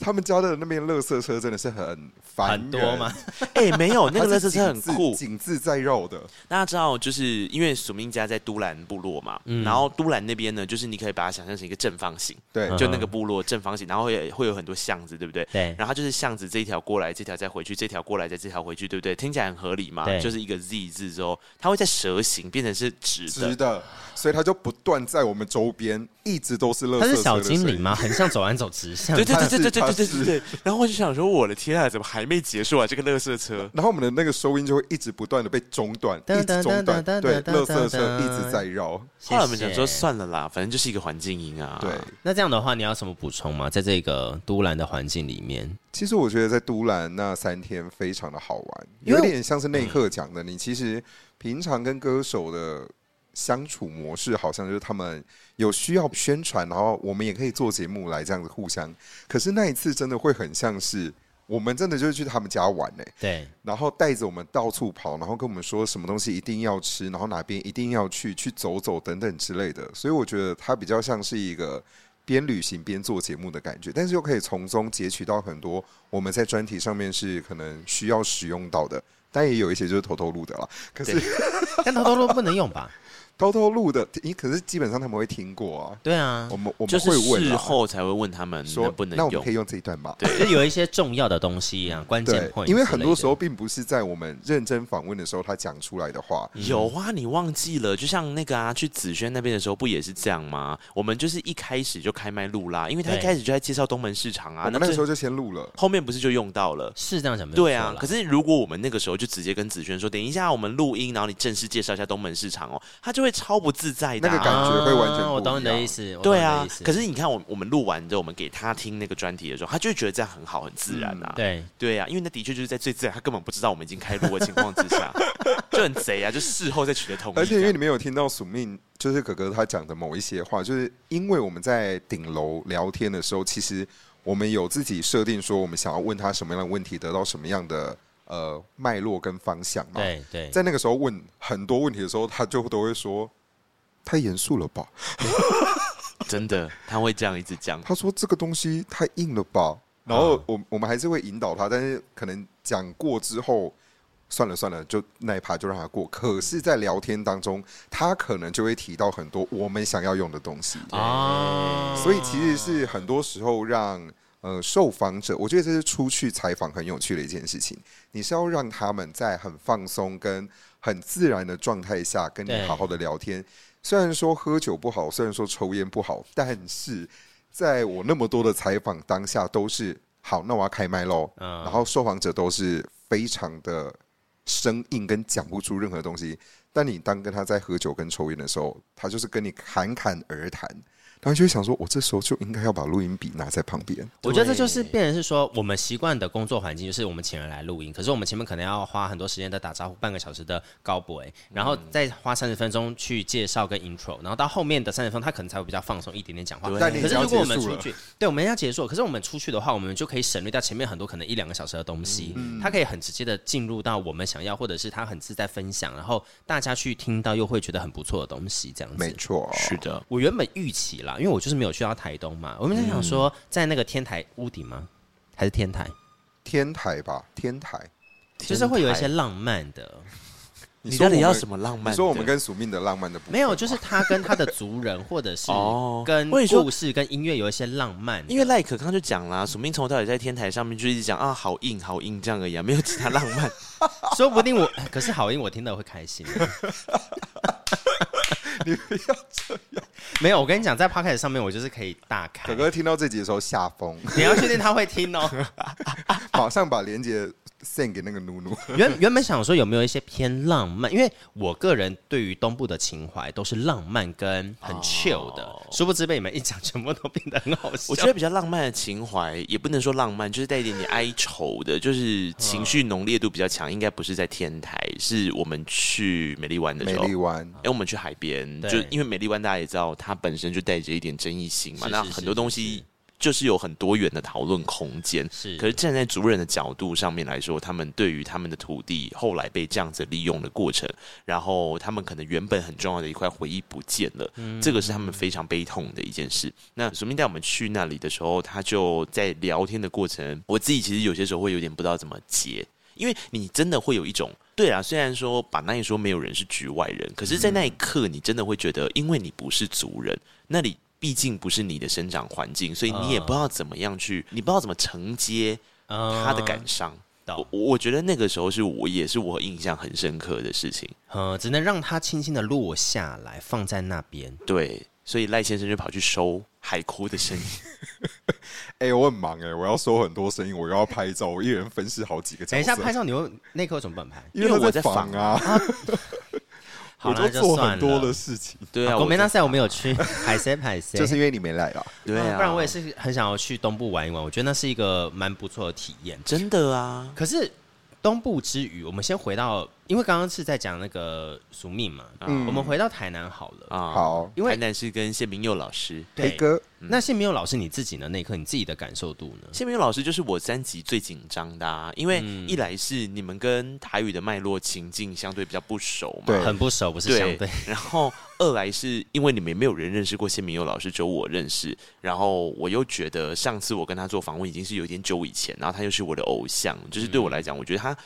Speaker 3: 他们家的那边垃圾车真的是很烦
Speaker 1: 很多
Speaker 3: 人
Speaker 1: 吗？？
Speaker 2: 哎、没有，那个
Speaker 3: 它
Speaker 2: 乐
Speaker 3: 是
Speaker 2: 色车很
Speaker 3: 紧
Speaker 2: 酷
Speaker 3: 致，紧致在肉的，
Speaker 2: 大家知道，就是因为署名家在都兰部落嘛，
Speaker 3: 嗯
Speaker 2: 然后都兰那边呢，就是你可以把它想象成一个正方形，
Speaker 3: 对，
Speaker 1: 嗯
Speaker 2: 就那个部落正方形，然后也会有很多巷子，对不对？
Speaker 1: 对
Speaker 2: 然后它就是巷子这一条过来，这条再回去，这条过来，再这条回去，对不对？听起来很合理嘛，
Speaker 1: 对
Speaker 2: 就是一个 Z 字之后，它会在蛇形变成是直
Speaker 3: 直
Speaker 2: 的。
Speaker 3: 的，所以它就不断在我们周边，一直都是垃圾
Speaker 1: 它
Speaker 3: 车
Speaker 1: 是
Speaker 3: 的
Speaker 1: 小
Speaker 3: 声音
Speaker 1: 精灵？吗？很像走完走 直向
Speaker 2: 对。对对
Speaker 3: 它
Speaker 2: 对
Speaker 3: 是
Speaker 2: 对对对对
Speaker 3: 它
Speaker 2: 对
Speaker 3: 是
Speaker 2: 对。然后我就想说，我的天啊，怎么还没结束啊？这个乐色车。
Speaker 3: 然后我们的那个收音就会一直不断的被中断，
Speaker 1: 噔
Speaker 3: 一直中断，
Speaker 1: 噔噔噔
Speaker 3: 对，
Speaker 1: 噔
Speaker 3: 垃圾
Speaker 1: 噔
Speaker 3: 车一直在绕，
Speaker 2: 后来我们
Speaker 1: 谢谢
Speaker 2: 想说，算了啦，反正就是一个环境音啊。
Speaker 3: 对。
Speaker 1: 那这样的话，你要有什么补充吗？在这个都兰的环境里面，
Speaker 3: 其实我觉得在都兰那三天非常的好玩，
Speaker 1: 因为
Speaker 3: 有点像是内克讲的，你其实平常跟歌手的相处模式好像就是他们有需要宣传，然后我们也可以做节目来这样子互相。可是那一次真的会很像是我们真的就是去他们家玩 呢、欸
Speaker 1: 对，
Speaker 3: 然后带着我们到处跑，然后跟我们说什么东西一定要吃，然后哪边一定要去，去走走等等之类的。所以我觉得它比较像是一个边旅行边做节目的感觉，但是又可以从中截取到很多我们在专题上面是可能需要使用到的，但也有一些就是偷偷录的啦。可是
Speaker 1: 但偷偷录不能用吧？
Speaker 3: 偷偷录的，你可是基本上他们会听过啊，
Speaker 1: 对啊
Speaker 3: 我，们我
Speaker 2: 就
Speaker 3: 们
Speaker 2: 是
Speaker 3: 会问
Speaker 2: 事
Speaker 3: 啊
Speaker 2: 后才会问他们
Speaker 3: 说
Speaker 2: 能不能
Speaker 3: 那我们
Speaker 2: 用
Speaker 3: 可以。用这一段吗？
Speaker 1: 就有一些重要的东西啊，关键
Speaker 3: 对
Speaker 1: point，，
Speaker 3: 因为很多时
Speaker 1: 候。
Speaker 3: 候并不是在我们认真访问的时候他讲出来的话，
Speaker 1: 嗯
Speaker 2: 有啊，你忘记了？就像那个啊，去紫萱那边的时候，不也是这样吗？我们就是一开始就开麦录啦，因为他一
Speaker 1: 对
Speaker 2: 开始就在介绍东门市场啊
Speaker 3: 我，们那
Speaker 2: 那
Speaker 3: 个时
Speaker 2: 最
Speaker 3: 候就先录了。
Speaker 2: 后面不是就用到了？
Speaker 1: 是这样讲没有
Speaker 2: 对
Speaker 1: 错
Speaker 2: 啊
Speaker 1: 啦，
Speaker 2: 可是如果我们那个时候就直接跟紫萱说，等一下我们录音，然后你正式介绍一下东门市场哦，他就会超不自在的、啊。
Speaker 3: 那个感觉会完全
Speaker 1: 啊我
Speaker 3: 不一
Speaker 1: 懂你的
Speaker 3: 样
Speaker 1: 意思，我懂
Speaker 2: 对
Speaker 1: 你的
Speaker 2: 啊
Speaker 1: 意，思
Speaker 2: 可是你看我我们录完之后，我们给他听那个专题的时候，他就会觉得这样很好很自然啊。
Speaker 1: 对，
Speaker 2: 对啊，因为那的确就是在最自然，他根本不知道我们已经开录的情况之下， 就很贼啊，就事后再取得同意这
Speaker 3: 而
Speaker 2: 样。
Speaker 3: 且因为你没有听到宿命，就是哥哥他讲的某一些话，就是因为我们在顶楼聊天的时候，其实我们有自己设定说我们想要问他什么样的问题，得到什么样的呃脉络跟方向嘛。
Speaker 1: 对对，
Speaker 3: 啊在那个时候问很多问题的时候，他就都会说。太严肃了吧？
Speaker 2: 真的，他会这样一直讲。
Speaker 3: 他说这个东西太硬了吧？然后我我们还是会引导他，但是可能讲过之后，算了算了，就那一趴就让他过。可是，在聊天当中，他可能就会提到很多我们想要用的东西。
Speaker 1: 啊
Speaker 3: 所以其实是很多时候让呃受访者，我觉得这是出去采访很有趣的一件事情。你是要让他们在很放松跟很自然的状态下跟你
Speaker 1: 对
Speaker 3: 好好的聊天。虽然说喝酒不好，虽然说抽烟不好，但是在我那么多的采访当下，都是好，那我要开麦喽。
Speaker 1: 嗯
Speaker 3: 然后受访者都是非常的生硬，跟讲不出任何东西。但你当跟他在喝酒跟抽烟的时候，他就是跟你侃侃而谈，然后就会想说，我这时候就应该要把录音笔拿在旁边。
Speaker 1: 我觉得这就是变成是说，我们习惯的工作环境就是我们请人来录音，可是我们前面可能要花很多时间在打招呼，半个小时的高博哎，然
Speaker 3: 嗯
Speaker 1: 后再花三十分钟去介绍跟 intro，然后到后面的三十分钟他可能才会比较放松一点点讲话。
Speaker 2: 对
Speaker 3: 但你
Speaker 1: 可是
Speaker 3: 已经要
Speaker 1: 如果我
Speaker 3: 结
Speaker 1: 们
Speaker 3: 束
Speaker 1: 出
Speaker 3: 了，
Speaker 1: 去，对，我们要结束了，可是我们出去的话，我们就可以省略掉前面很多可能一两个小时的东西，
Speaker 3: 嗯
Speaker 1: 它可以很直接的进入到我们想要，或者是他很自在分享，然后大家去听到又会觉得很不错的东西，这样
Speaker 3: 没
Speaker 1: 子。
Speaker 3: 错，
Speaker 2: 的，
Speaker 1: 我原本预期啦，因为我就是没有去到台东嘛，我们在想说
Speaker 2: 嗯
Speaker 1: 在那个天台屋顶吗？还是天台？
Speaker 3: 天台吧，天台。
Speaker 1: 就是会有一些浪漫的，
Speaker 2: 你
Speaker 3: 说
Speaker 2: 到底
Speaker 3: 我
Speaker 2: 要
Speaker 3: 们
Speaker 2: 什么浪漫的？
Speaker 3: 你说我们跟宿命的浪漫的部分吗，
Speaker 1: 没有，就是他跟他的族人，或者是
Speaker 2: 哦
Speaker 1: 跟
Speaker 2: 我也说
Speaker 1: 故事、跟音乐有一些浪漫的，
Speaker 2: 因为赖可康就讲啦，署名从头到尾在天台上面就一直讲啊，好硬好硬这样而已、啊，没有其他浪 漫。
Speaker 1: 说不定我，可是好音我听了会开 心。你不要这样。没有，我跟你讲，在 p o c a s t 上面我就是可以大开
Speaker 3: 哥。哥听到这集的时候吓疯，
Speaker 1: 你要确定他会听哦。
Speaker 3: 马上把链接 send 给那个努努。
Speaker 1: 原原本想说有没有一些偏浪漫，因为我个人对于东部的情怀都是浪漫跟
Speaker 2: 哦
Speaker 1: 很 chill 的，殊不知被你们一讲，全部都变得很好笑。
Speaker 2: 我觉得比较浪漫的情怀，也不能说浪漫，就是带一点点哀愁的，就是情绪浓烈度比较强。应该不是在天台，是我们去美丽湾的
Speaker 3: 美
Speaker 2: 时候。
Speaker 3: 丽湾，
Speaker 2: 哎、我们去海边，
Speaker 1: 对
Speaker 2: 就因为美丽湾大家也知道，它本身就带着一点争议性嘛，
Speaker 1: 是
Speaker 2: 那
Speaker 1: 是
Speaker 2: 很
Speaker 1: 是
Speaker 2: 多
Speaker 1: 是
Speaker 2: 东西就是有很多元的讨论空间。
Speaker 1: 是
Speaker 2: 可是站在族人的角度上面来说，他们对于他们的土地后来被这样子利用的过程，然后他们可能原本很重要的一块回忆不见了，这个是他们非常悲痛的一件事。那苏明带我们去那里的时候，他就在聊天的过程，我自己其实有些时候会有点不知道怎么接，因为你真的会有一种。对啊，虽然说把那一说没有人是局外人，可是，在那一刻，你真的会觉得，因为你不是族人，那里毕竟不是你的生长环境，所以你也不知道怎么样去，你不知道怎么承接
Speaker 1: 呃
Speaker 2: 他的感伤。
Speaker 1: 嗯
Speaker 2: 我我我觉得那个时候是我也是我印象很深刻的事情。
Speaker 1: 呃，只能让它轻轻的落下来，放在那边。
Speaker 2: 对，所以赖先生就跑去收海哭的声音。
Speaker 3: 哎、我很忙哎、我要收很多声音，我又要拍照，我一人分饰好几个角色。
Speaker 1: 等一下拍照，你会那刻怎么办拍？
Speaker 2: 因
Speaker 3: 因
Speaker 2: 为
Speaker 3: 他
Speaker 2: 我
Speaker 3: 在
Speaker 2: 在
Speaker 3: 访啊，
Speaker 1: 好
Speaker 3: 我
Speaker 1: 那
Speaker 3: 都
Speaker 1: 就
Speaker 3: 做
Speaker 1: 算
Speaker 3: 很多
Speaker 1: 了
Speaker 3: 的事情，
Speaker 2: 对啊，
Speaker 1: 我没
Speaker 2: 就
Speaker 1: 那赛，我没有去，海塞海 塞，
Speaker 3: 就是因为你没来啦。
Speaker 2: 对啊，
Speaker 1: 不然我也是很想要去东部玩一玩，我觉得那是一个蛮不错的体验。
Speaker 2: 真的啊。
Speaker 1: 可是东部之余，我们先回到，因为刚刚是在讲那个宿命嘛，啊
Speaker 3: 嗯
Speaker 1: 我们回到台南好了。
Speaker 2: 啊，
Speaker 3: 好，
Speaker 1: 因为
Speaker 2: 台南是跟谢明佑老师，
Speaker 1: 对
Speaker 3: 黑哥，
Speaker 1: 那谢明佑老师你自己呢？那一刻你自己的感受度呢？
Speaker 2: 谢明佑老师就是我三级最紧张的、啊，因为一来是你们跟台语的脉络情境相对比较不熟嘛，
Speaker 3: 对
Speaker 1: 很不熟，不是相对，
Speaker 2: 然后二来是因为你们也没有人认识过谢明佑老师，只有我认识。然后我又觉得上次我跟他做访问已经是有点久以前，然后他又是我的偶像，就是对我来讲，我觉得
Speaker 1: 嗯
Speaker 2: 他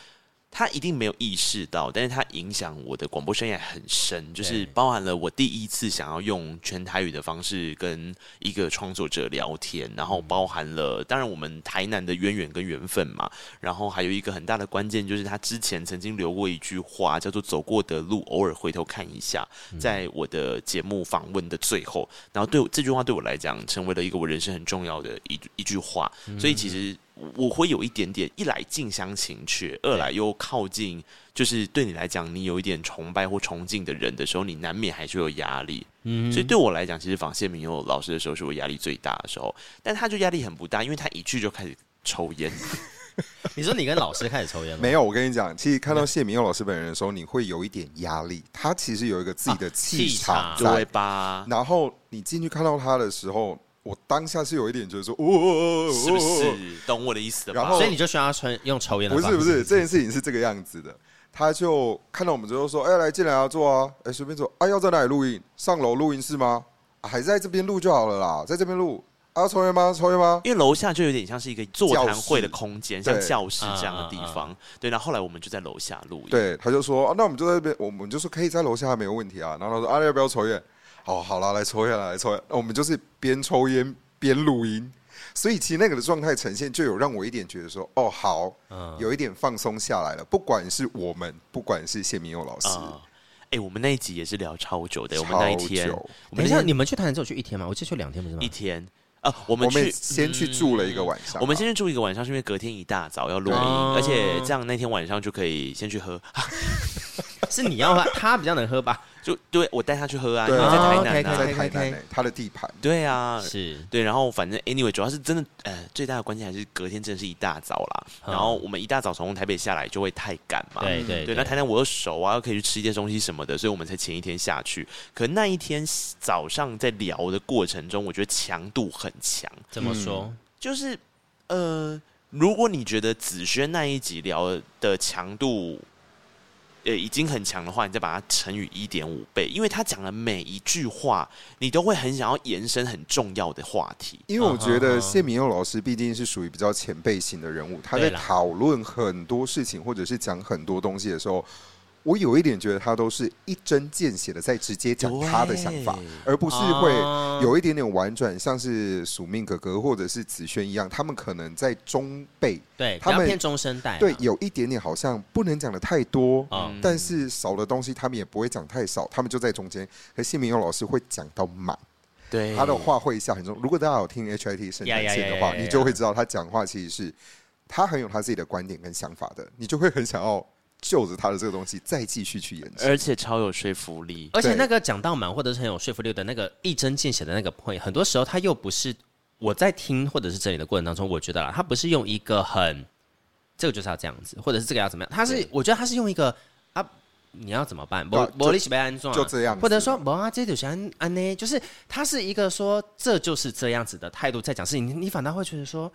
Speaker 2: 他一定没有意识到，但是他影响我的广播生涯很深，就是
Speaker 1: 对
Speaker 2: 包含了我第一次想要用全台语的方式跟一个创作者聊天，然后包含了当然我们台南的渊源跟缘分嘛，然后还有一个很大的关键就是他之前曾经留过一句话，叫做“走过的路偶尔回头看一下”，在我的节目访问的最后，然后对我这句话对我来讲成为了一个我人生很重要的一一句话，所以其实我会有一点点一来近乡情怯，二来又靠近，就是对你来讲你有一点崇拜或崇敬的人的时候，你难免还是有压力。
Speaker 1: 嗯，
Speaker 2: 所以对我来讲，其实访谢明佑老师的时候是我压力最大的时候，但他就压力很不大，因为他一去就开始抽烟。
Speaker 1: 你说你跟老师开始抽烟了，
Speaker 3: 没有，我跟你讲，其实看到谢明佑老师本人的时候，你会有一点压力。他其实有一个自己的气场
Speaker 1: 啊气
Speaker 3: 在，
Speaker 2: 对吧？
Speaker 3: 然后你进去看到他的时候，我当下是有一点觉得说，哦哦哦哦，哦
Speaker 2: 是不？是？懂我的意思了吧？
Speaker 3: 然后
Speaker 1: 所以你就需要穿用抽烟的
Speaker 3: 不
Speaker 1: 方式，
Speaker 3: 是不是，这件事情是这个样子的。他就看到我们之后说：“哎、来进来啊，坐啊，哎、随便坐啊，要在哪里录音？上楼录音室吗？啊还是在这边录就好了啦，在这边录啊，抽烟吗？抽烟吗？
Speaker 2: 因为楼下就有点像是一个座谈会的空间，
Speaker 3: 教
Speaker 2: 像
Speaker 3: 室嗯
Speaker 2: 教室这样的地方。对，然后后来我们就在楼下录音。，
Speaker 3: 对，他就说、啊、那我们就在这边，我们就说可以在楼下没有问题啊。然后他说啊，要不要抽烟？哦，好啦，来抽烟啦，来抽烟。我们就是边抽烟边录音，所以其实那个的状态呈现，就有让我一点觉得说，哦，好，有一点放松下来了。不管是我们，不管是谢明佑老师，
Speaker 2: 啊、哎，我们那一集也是聊超久的，
Speaker 3: 超
Speaker 2: 我们那一天，
Speaker 3: 久
Speaker 2: 我
Speaker 1: 等
Speaker 2: 们
Speaker 1: 一下
Speaker 2: 那
Speaker 1: 你们去台南只有去一天吗？我记得去两天不是吗
Speaker 2: 一？天啊，我
Speaker 3: 我
Speaker 2: 们
Speaker 3: 们
Speaker 2: 去。
Speaker 3: 先去住了一个晚上啊、
Speaker 2: 我们先去住一个晚上，是因为隔天一大早要录音，
Speaker 1: 对
Speaker 2: 而且这样那天晚上就可以先去喝，
Speaker 1: 是你要喝，他比较能喝吧？
Speaker 2: 就对我带他去喝啊，因
Speaker 3: 对
Speaker 2: 为
Speaker 3: 啊
Speaker 2: 在台
Speaker 1: 哦
Speaker 2: 南
Speaker 1: ，OK，OK
Speaker 2: 啊，
Speaker 3: 在台南、欸，他的地盘。
Speaker 2: 对啊，
Speaker 1: 是，
Speaker 2: 对，然后反正 anyway，主要是真的，呃，最大的关键还是隔天真的是一大早啦。然后我们一大早从台北下来就会太赶嘛，
Speaker 1: 嗯对对
Speaker 2: 对，那台南我又熟啊，又可以去吃一些东西什么的，所以我们才前一天下去。可那一天早上在聊的过程中，我觉得强度很强，
Speaker 1: 怎么说？
Speaker 2: 就是呃，如果你觉得子轩那一集聊的强度。呃，已经很强的话，你再把它乘以一点五倍，因为他讲的每一句话，你都会很想要延伸很重要的话题。
Speaker 3: 因为我觉得
Speaker 1: 啊哈
Speaker 3: 谢明佑老师毕竟是属于比较前辈型的人物，他在
Speaker 1: 对啦
Speaker 3: 讨论很多事情或者是讲很多东西的时候，我有一点觉得他都是一针见血的在直接讲他
Speaker 2: 欸
Speaker 3: 的想法
Speaker 2: 对，
Speaker 3: 而不是会
Speaker 1: 啊
Speaker 3: 有一点点婉转，像是署命哥哥或者是子轩一样，他们可能在中辈
Speaker 1: 对，他
Speaker 3: 他们
Speaker 1: 们偏中生代啦，啊
Speaker 3: 对有一点点好像不能讲的太多。
Speaker 1: 哦
Speaker 2: 嗯
Speaker 3: 但是少的东西他们也不会讲太少，他们就在中间。可谢明佑老师会讲到满，
Speaker 2: 对
Speaker 3: 他的话会下很重。如果大家有听 HIT 生产线
Speaker 1: 呀
Speaker 3: 的
Speaker 1: 呀呀呀
Speaker 3: 话，
Speaker 1: 呀呀
Speaker 3: 你就会知道他讲话其实是他很有他自己的观点跟想法的，你就会很想要就着他的这个东西再继续去延伸。
Speaker 2: 而且超有说服力。
Speaker 1: 而且那个讲到满或者是很有说服力的那个一针见血的那个 point，很多时候他又不是我在听或者是整理的过程当中，我觉得啦，他不是用一个很这个就是要这样子，或者是这个要怎么样，他是我觉得他是用一个啊你要怎么办，
Speaker 3: 对啊
Speaker 1: 我我
Speaker 3: 就
Speaker 1: 利息被安装，
Speaker 3: 就这样子
Speaker 1: 或者说我啊这就是安安呢，就是他是一个说这就是这样子的态度在讲事情，你你反倒会觉得说。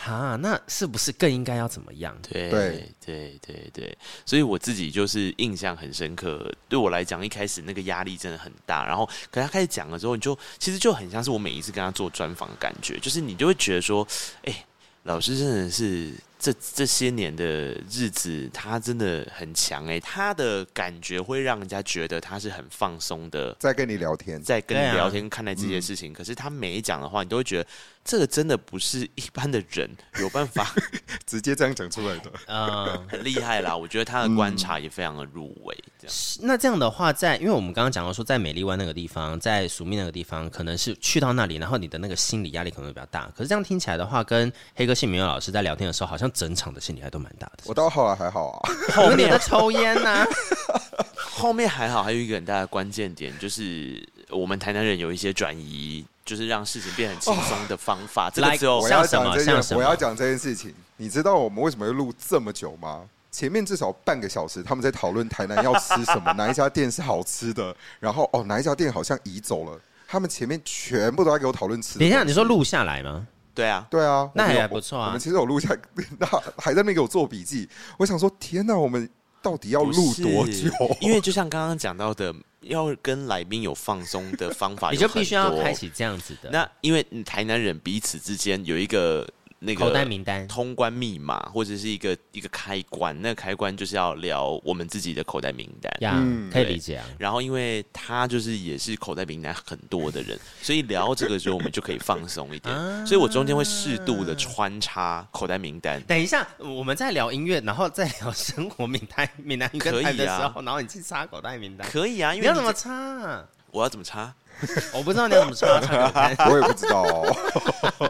Speaker 1: 哈，那是不是更应该要怎么样？
Speaker 2: 对
Speaker 3: 对
Speaker 2: 对对对，所以我自己就是印象很深刻。对我来讲，一开始那个压力真的很大。然后，可他开始讲了之后，你就其实就很像是我每一次跟他做专访，感觉就是你就会觉得说，哎、老师真的是这这些年的日子，他真的很强哎、他的感觉会让人家觉得他是很放松的
Speaker 3: 再跟你聊天，
Speaker 2: 在跟你
Speaker 1: 对啊
Speaker 2: 聊天看待这些事情，可是他每一讲的话，你都会觉得这个真的不是一般的人有办法，
Speaker 3: 直接这样讲出来的。
Speaker 1: 嗯，
Speaker 2: 很厉害啦。我觉得他的观察也非常的入围，这样
Speaker 1: 那这样的话在，因为我们刚刚讲到说，在美丽湾那个地方，在宿命那个地方，可能是去到那里，然后你的那个心理压力可能会比较大。可是这样听起来的话，跟黑哥谢明佑老师在聊天的时候，好像整场的心理压力都蛮大的。
Speaker 3: 我到后来还好啊，
Speaker 1: 后面在抽烟啊呐、
Speaker 2: 后面还好，还有一个很大的关键点就是我们台南人有一些转移，就是让事情变很轻松的方法。这个
Speaker 1: 来
Speaker 2: 只有
Speaker 3: 我
Speaker 1: 像
Speaker 3: 要
Speaker 1: 什么
Speaker 3: 讲这
Speaker 1: 像什
Speaker 3: 件，
Speaker 1: 么
Speaker 3: 我要讲这件事情。你知道我们为什么会录这么久吗？前面至少半个小时，他们在讨论台南要吃什 么，哪一家店是好吃的，然后哦，哪一家店好像移走了。他们前面全部都在给我讨论吃的。
Speaker 1: 等一下，你说录下来吗？
Speaker 2: 对啊，
Speaker 3: 对啊，
Speaker 1: 那
Speaker 3: 我们有
Speaker 1: 还不错啊
Speaker 3: 我们其实有录下， 那还在那边给我做笔记。我想说，天哪，我们到底要
Speaker 2: 不
Speaker 3: 录
Speaker 2: 是
Speaker 3: 多 久？
Speaker 2: 因为就像刚刚讲到的，要跟来宾有放松的方 法，
Speaker 1: 你就必须要开
Speaker 2: 启。
Speaker 1: 启这样子的
Speaker 2: 那因为台南人彼此之间有一个那个
Speaker 1: 口袋名单。
Speaker 2: 通关密码或者是一个一个开关，那个开关就是要聊我们自己的口袋名单。
Speaker 1: 呀、
Speaker 3: 嗯
Speaker 1: 可以理解啊。
Speaker 2: 然后，因为他就是也是口袋名单很多 的人，所以聊这个时候我们就可以放松一点。
Speaker 1: 啊
Speaker 2: 所以我中间会适度的穿插口袋名单。
Speaker 1: 等一下，我们在聊音乐，然后再聊生活闽南闽南语跟
Speaker 2: 可以
Speaker 1: 台语的时
Speaker 2: 啊
Speaker 1: 候，然后你去插口袋名单，
Speaker 2: 可以啊，因
Speaker 1: 你
Speaker 2: 为
Speaker 1: 要怎么插啊？
Speaker 2: 我要怎么插？
Speaker 1: 我不知道你要怎么插，插口 袋
Speaker 3: 我也不知 道、哦，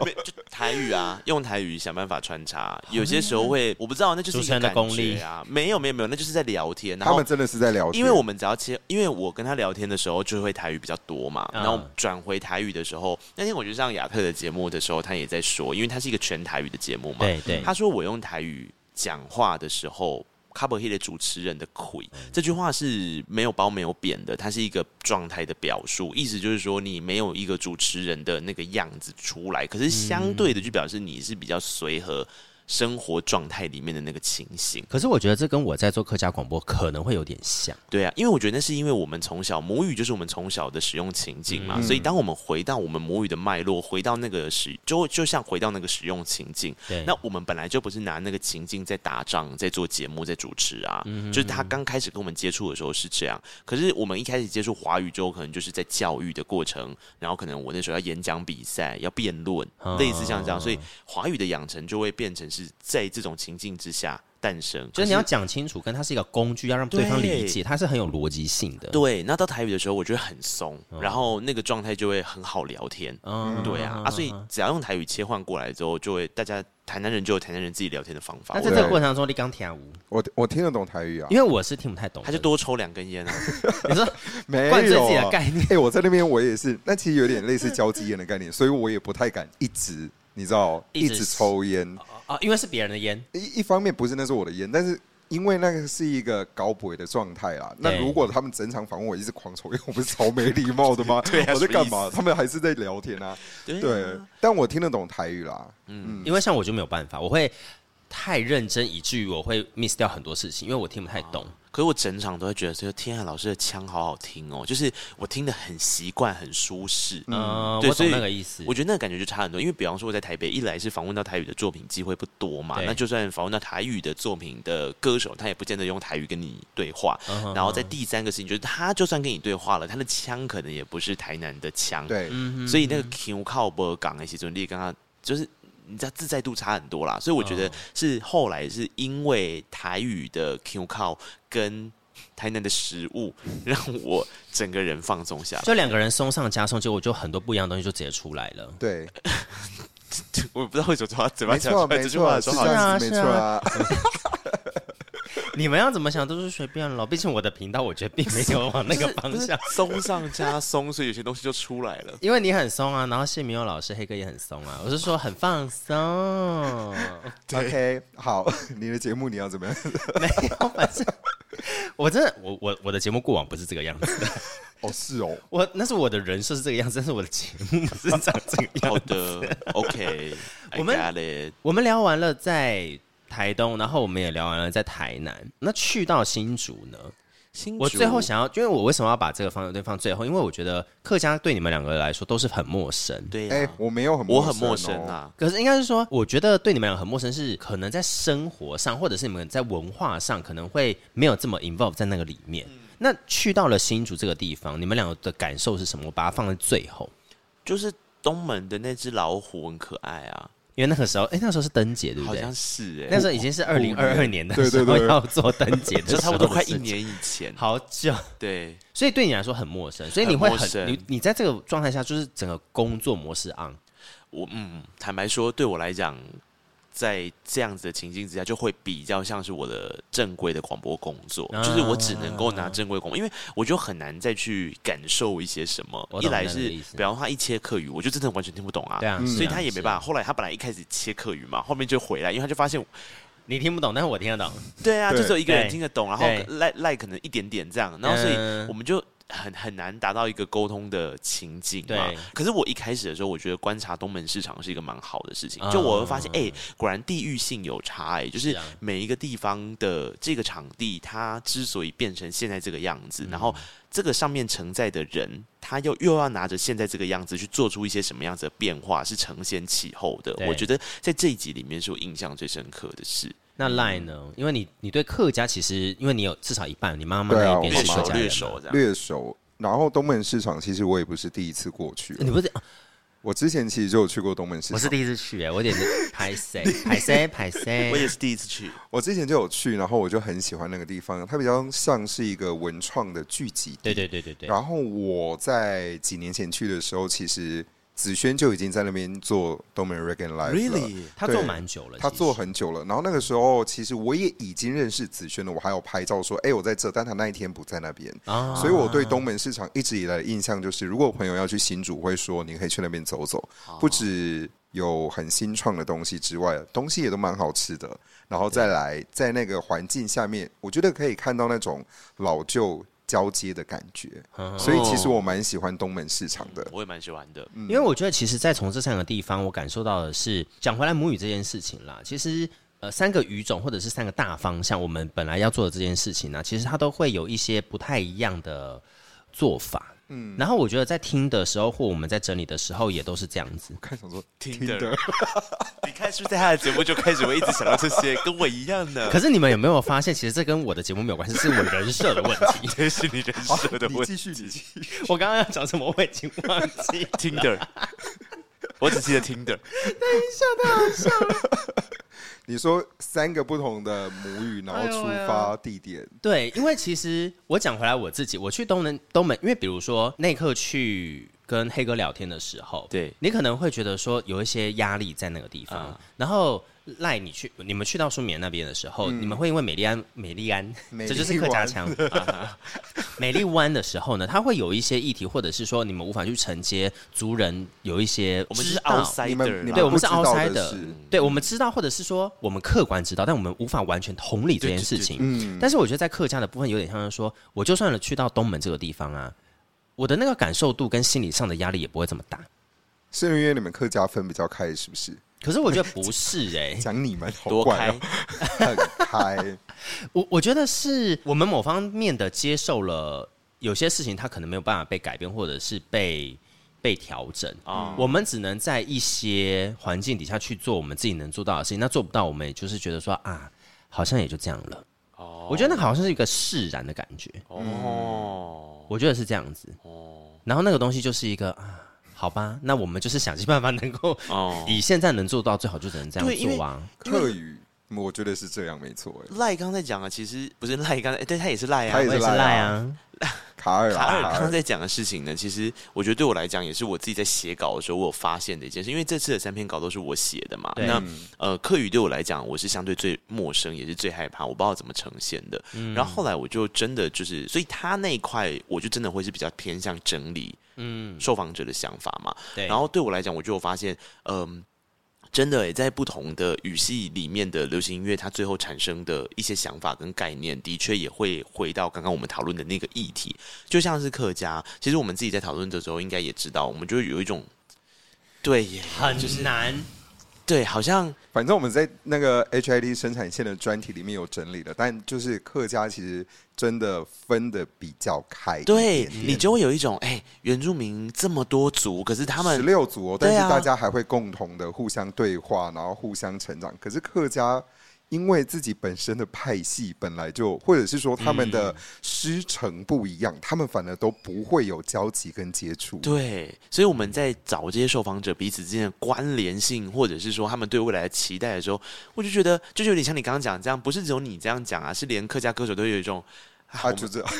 Speaker 2: 没就台语啊，用台语想办法穿插。有些时候会，我不知道，那就是一
Speaker 1: 哦主持
Speaker 2: 个
Speaker 1: 人的
Speaker 2: 感
Speaker 1: 功力
Speaker 2: 觉啊。没有没有没有，那就是在聊天。然
Speaker 3: 他
Speaker 2: 后
Speaker 3: 们真的是在聊天。
Speaker 2: 因为我们只要切，因为我跟他聊天的时候就会台语比较多嘛，
Speaker 1: 嗯
Speaker 2: 然后转回台语的时候，那天我就上亚特的节目的时候，他也在说，因为他是一个全台语的节目嘛，
Speaker 1: 对对
Speaker 2: 他说我用台语讲话的时候。cover 的主持人的亏
Speaker 1: 嗯
Speaker 2: 这句话是没有褒没有贬的，它是一个状态的表述，意思就是说你没有一个主持人的那个样子出来，可是相对
Speaker 1: 嗯
Speaker 2: 的就表示你是比较随和生活状态里面的那个情形。
Speaker 1: 可是我觉得这跟我在做客家广播可能会有点像。
Speaker 2: 对啊，因为我觉得那是因为我们从小母语就是我们从小的使用情境嘛，
Speaker 3: 嗯
Speaker 2: 所以当我们回到我们母语的脉络，回到那个使，就就像回到那个使用情境。
Speaker 1: 对，
Speaker 2: 那我们本来就不是拿那个情境在打仗，在做节目，在主持啊，
Speaker 1: 嗯
Speaker 2: 就是他刚开始跟我们接触的时候是这样。可是我们一开始接触华语之后，可能就是在教育的过程，然后可能我那时候要演讲比赛，要辩论，
Speaker 1: 哦
Speaker 2: 类似像这样，所以华语的养成就会变成是在这种情境之下诞生。
Speaker 1: 就
Speaker 2: 可
Speaker 1: 是你要讲清楚，跟它是一个工具，要让对方理
Speaker 2: 对
Speaker 1: 解，它是很有逻辑性的。
Speaker 2: 对，那到台语的时候，我觉得很松，然后那个状态就会很好聊天。
Speaker 1: 嗯
Speaker 2: 对啊，啊，所以只要用台语切换过来之后，就会大家台南人就有台南人自己聊天的方法啊
Speaker 1: 那，在
Speaker 2: 我
Speaker 1: 这个过程当中，你刚听无，
Speaker 3: 我我听得懂台语啊，
Speaker 1: 因为我是听不太懂的，
Speaker 2: 他就多抽两根 烟啊。
Speaker 1: 你说
Speaker 3: 没有
Speaker 1: 灌醉自己的概念。
Speaker 3: 哎、我在那边我也是，那其实有点类似交际烟的概念，所以我也不太敢一直，你知道，
Speaker 1: 一
Speaker 3: 一
Speaker 1: 直
Speaker 3: 直抽烟。
Speaker 1: 哦，因为是别人的烟，
Speaker 3: 一一方面不是那是我的烟，但是因为那个是一个搞鬼的状态啦。那
Speaker 1: 对
Speaker 3: 如果他们整场访问我一直狂抽烟，我不是超没礼貌的吗？
Speaker 2: 对啊
Speaker 3: 我在干
Speaker 2: 什么
Speaker 3: 嘛？他们还是在聊天啊。
Speaker 2: 对
Speaker 3: 对，但我听得懂台语啦。嗯，
Speaker 1: 因为像我就没有办法，我会太认真，以至于我会 miss 掉很多事情，因为我听不太懂。
Speaker 2: 可是我整场都会觉得，说天啊，老师的腔好好听哦，就是我听得很习惯，很舒适。
Speaker 1: 嗯，
Speaker 2: 对
Speaker 1: 我
Speaker 2: 所以
Speaker 1: 懂那个意思
Speaker 2: 我。觉得那个感觉就差很多，因为比方说我在台北，一来是访问到台语的作品机会不多嘛，
Speaker 1: 对
Speaker 2: 那就算访问到台语的作品的歌手，他也不见得用台语跟你对话。
Speaker 1: 嗯哼
Speaker 2: 然后在第三个事情就是，他就算跟你对话了，他的腔可能也不是台南的腔，，
Speaker 3: 对，
Speaker 1: 嗯
Speaker 2: 所以那个 Q 靠波港的时候，你跟他就是。你知道自在度差很多啦，所以我觉得是后来是因为台语的 Q 靠跟台南的食物，让我整个人放松下来。
Speaker 1: 就两个人松上加松，结果就很多不一样的东西就直接出来了。
Speaker 3: 对，
Speaker 2: 我不知道为什么嘴巴嘴巴
Speaker 3: 没
Speaker 2: 讲
Speaker 3: 错，
Speaker 2: 出来
Speaker 3: 没
Speaker 2: 这句话的时
Speaker 3: 错，是
Speaker 2: 候，
Speaker 1: 错
Speaker 2: 好
Speaker 3: 这
Speaker 2: 像
Speaker 3: 样子，
Speaker 1: 是
Speaker 3: 没
Speaker 1: 啊
Speaker 3: 错啊。
Speaker 1: 你们要怎么想都是随便了，毕竟我的频道我觉得并没有往那个方
Speaker 2: 就是
Speaker 1: 向，
Speaker 2: 松上加松，所以有些东西就出来 了。
Speaker 1: 因为你很松啊，然后谢明佑老师黑哥也很松啊，我是说很放松。
Speaker 3: OK，好，你的节目你要怎么样？
Speaker 1: 没有，反正我真的，我我我的节目过往不是这个样子，
Speaker 3: 哦，是哦，
Speaker 1: 我那是我的人设是这个样子，但是我的节目不是长这个样
Speaker 2: 好
Speaker 1: 子。
Speaker 2: 的，OK，I
Speaker 1: 我们
Speaker 2: got it。
Speaker 1: 我们聊完了在台东，然后我们也聊完了在台南，那去到新竹呢？
Speaker 2: 新
Speaker 1: 我
Speaker 2: 竹
Speaker 1: 最后想要，因为我为什么要把这个方向对放最后？因为我觉得客家对你们两个来说都是很陌生。
Speaker 2: 对呀、
Speaker 3: 哎，我没有很，
Speaker 2: 我很陌生
Speaker 3: 啊。
Speaker 2: 啊。
Speaker 1: 可是应该是说，我觉得对你们两个很陌生，是可能在生活上，或者是你们在文化上，可能会没有这么 involve 在那个里面。那去到了新竹这个地方，你们两个的感受是什么？我把它放在最后，
Speaker 2: 就是东门的那只老虎很可爱啊，
Speaker 1: 因为那个时候，哎、那时候是灯节，对不
Speaker 2: 好
Speaker 1: 对？
Speaker 2: 像是哎、
Speaker 1: 那时候已经是二零二二年的时候
Speaker 3: 对对对
Speaker 1: 要做灯节的时
Speaker 2: 就
Speaker 1: 候，
Speaker 2: 差不多快一，年以前。
Speaker 1: 好久。
Speaker 2: 对，
Speaker 1: 所以对你来说很陌生，所以你会
Speaker 2: 很陌
Speaker 1: 很
Speaker 2: 生
Speaker 1: 你你在这个状态下，就是整个工作模式 on。
Speaker 2: 我嗯，坦白说，对我来讲，在这样子的情境之下，就会比较像是我的正规的广播工作，
Speaker 1: 啊
Speaker 2: 就是我只能够拿正规广播，因为我就很难再去感受一些什么
Speaker 1: 我。
Speaker 2: 一
Speaker 1: 懂
Speaker 2: 来
Speaker 1: 那个
Speaker 2: 是
Speaker 1: 意，思
Speaker 2: 比方说他一切客语，我就真的完全听不懂啊。
Speaker 1: 对啊，
Speaker 2: 所以他也没办
Speaker 1: 法。
Speaker 2: 法。后来他本来一开始切客语嘛，后面就回来，因为他就发现，
Speaker 1: 你听不懂，但是我听得懂。
Speaker 2: 对啊，
Speaker 3: 对
Speaker 2: 就只有一个人听得懂，然后
Speaker 1: 对
Speaker 2: 赖赖可能一点点这样，然后所以
Speaker 1: 哎嗯
Speaker 2: 我们就很很难达到一个沟通的情境嘛
Speaker 1: 对。
Speaker 2: 可是我一开始的时候，我觉得观察东门市场是一个蛮好的事情
Speaker 1: 嗯，
Speaker 2: 就我会发现，哎、果然地域性有差、哎，就是
Speaker 1: 是啊
Speaker 2: 每一个地方的这个场地，它之所以变成现在这个样子，
Speaker 1: 嗯
Speaker 2: 然后这个上面承载的人，他又又要拿着现在这个样子去做出一些什么样子的变化，是承先启后的
Speaker 1: 对。
Speaker 2: 我觉得在这一集里面是我印象最深刻的事，
Speaker 1: 那 Line 呢？因为你你对客家其实，因为你有至少一半，你妈妈
Speaker 3: 对啊
Speaker 1: 那一边
Speaker 3: 我
Speaker 2: 略
Speaker 1: 是
Speaker 3: 妈
Speaker 1: 客
Speaker 3: 妈
Speaker 2: 熟
Speaker 1: 家
Speaker 2: 略
Speaker 1: 人嘛
Speaker 2: 熟。这样。
Speaker 3: 略熟。然后东门市场，其实我也不是第一次过去了，
Speaker 1: 你不是？ 啊
Speaker 3: 我之前其实就有去过东门市
Speaker 1: 我是
Speaker 3: 场，
Speaker 1: 第一次去哎，我有 点排谁排谁排谁
Speaker 2: 我。也是第一次去，
Speaker 3: 我之前就有去，然后我就很喜欢那个地方，它比较像是一个文创的聚集地。
Speaker 1: 对对对对对，
Speaker 3: 然后我在几年前去的时候，其实子轩就已经在那边做东门 Regan Live 了
Speaker 2: Really？
Speaker 1: 他做
Speaker 3: 对
Speaker 1: 蛮久了，
Speaker 3: 他
Speaker 1: 其实
Speaker 3: 做很久了。然后那个时候，其实我也已经认识子轩了，我还有拍照说，哎、我在这，但他那一天不在那边。
Speaker 1: 啊
Speaker 3: 所以我对东门市场一直以来的印象就是，如果朋友要去新竹，我会说你可以去那边走走，不止有很新创的东西之外，东西也都蛮好吃的。然后再来，在那个环境下面，我觉得可以看到那种老旧交接的感觉，所以其实我蛮喜欢东门市场的。
Speaker 2: 我也蛮喜欢的。
Speaker 1: 因为我觉得，其实，在从这三个地方，我感受到的是，讲回来母语这件事情啦，其实。呃，三个语种或者是三个大方向，我们本来要做的这件事情呢、啊其实它都会有一些不太一样的做法。嗯，然后我觉得在听的时候或我们在整理的时候也都是这样子。
Speaker 3: 看想说
Speaker 2: 听
Speaker 3: 听的
Speaker 2: 的，，你看是不是在他的节目就开始会一直想到这些，跟我一样呢？
Speaker 1: 可是你们有没有发现，其实这跟我的节目没有关系，是我人设的问 题。
Speaker 2: 这是你人设的
Speaker 3: 哦你
Speaker 2: 问
Speaker 3: 继续，你继续。
Speaker 1: 我刚刚要讲什么，我已经忘记。
Speaker 2: Tinder，我只记得 Tinder。
Speaker 3: 你说三个不同的母语，然后出发地点，
Speaker 1: 对，因为其实我讲回来我自己，我去东门东门，因为比如说那一刻去跟黑哥聊天的时候，
Speaker 2: 对啊
Speaker 1: 你可能会觉得说有一些压力在那个地方，然后赖你去你们去到舒眠那边的时候，
Speaker 2: 嗯
Speaker 1: 你们会因为美丽安美丽安，
Speaker 3: 美
Speaker 1: 这
Speaker 3: 丽
Speaker 1: 就是客家
Speaker 3: 湾
Speaker 1: 腔，啊美丽湾的时候呢，它会有一些议题，或者是说你们无法去承接族人有一些
Speaker 2: 我们是
Speaker 1: 知道
Speaker 2: outsider
Speaker 3: 你们你
Speaker 2: 啦
Speaker 1: 对我
Speaker 3: 不
Speaker 1: 们是
Speaker 3: 知道
Speaker 1: outside
Speaker 3: 的
Speaker 1: 的
Speaker 3: 是，
Speaker 1: 对，我们知道，或者是说我们客观知道，但我们无法完全同理这件事情。
Speaker 3: 嗯，
Speaker 1: 哎但是我觉得在客家的部分有点像是说，我就算了去到东门这个地方啊，我的那个感受度跟心理上的压力也不会这么大。
Speaker 3: 是因为你们客家分比较开，是不是？
Speaker 1: 可是我觉得不 是哎、
Speaker 3: 讲你们好
Speaker 2: 多
Speaker 3: 怪
Speaker 2: 开
Speaker 3: 哦，很开。
Speaker 1: 我我觉得是我们某方面的接受了有些事情，它可能没有办法被改变，或者是被被调整。嗯
Speaker 2: 啊！
Speaker 1: 我们只能在一些环境底下去做我们自己能做到的事情，那做不到，我们也就是觉得说啊，好像也就这样了。
Speaker 2: 哦
Speaker 1: 我觉得那好像是一个释然的感觉，
Speaker 2: 哦
Speaker 1: 我觉得是这样子。然后那个东西就是一个啊，好吧，那我们就是想尽办法能够
Speaker 2: 哦，
Speaker 1: 以现在能做到最好，就只能这
Speaker 2: 对因
Speaker 1: 样
Speaker 2: 为
Speaker 1: 做啊。
Speaker 3: 客语，嗯我觉得是这样，没错。哎
Speaker 2: 赖刚才讲啊，其实不是赖刚才，但他也是赖啊
Speaker 3: 他也
Speaker 1: 我也是
Speaker 3: 赖
Speaker 1: 赖
Speaker 3: 啊
Speaker 1: 啊，
Speaker 3: 卡尔
Speaker 2: 卡
Speaker 3: 啊
Speaker 2: 尔
Speaker 3: 卡
Speaker 2: 刚刚
Speaker 3: 尔，
Speaker 2: 在讲的事情呢，其实我觉得对我来讲也是我自己在写稿的时候我有发现的一件事，因为这次的三篇稿都是我写的嘛。
Speaker 1: 对嗯
Speaker 2: 那呃，课语对我来讲，我是相对最陌生，也是最害怕，我不知道怎么呈现的。
Speaker 1: 嗯
Speaker 2: 然后后来我就真的就是，所以他那一块我就真的会是比较偏向整理
Speaker 1: 嗯，
Speaker 2: 受访者的想法嘛。
Speaker 1: 对，
Speaker 2: 然后对我来讲，我就有发现，嗯。真的诶，欸在不同的语系里面的流行音乐，它最后产生的一些想法跟概念，的确也会回到刚刚我们讨论的那个议题。就像是客家，其实我们自己在讨论的时候，应该也知道，我们就会有一种对耶，
Speaker 1: 很难，
Speaker 2: 对，好像
Speaker 3: 反正我们在那个 HID 生产线的专题里面有整理了，但就是客家其实真的分的比较开一点
Speaker 2: 对
Speaker 3: 点，
Speaker 2: 你就会有一种哎、原住民这么多族，可是他
Speaker 3: 十
Speaker 2: 们
Speaker 3: 六组哦，但
Speaker 2: 对
Speaker 3: 是
Speaker 2: 啊
Speaker 3: 大家还会共同的互相对话，然后互相成长。可是客家因为自己本身的派系本来就，或者是说他们
Speaker 2: 嗯
Speaker 3: 的师承不一样，他们反而都不会有交集跟接触。
Speaker 2: 对，所以我们在找这些受访者彼此之间的关联性，或者是说他们对未来的期待的时候，我就觉得就是有点像你刚刚讲的这样，不是只有你这样讲啊，是连客家歌手都有一种啊，我
Speaker 3: 啊，
Speaker 2: 们
Speaker 3: 就这
Speaker 2: 啊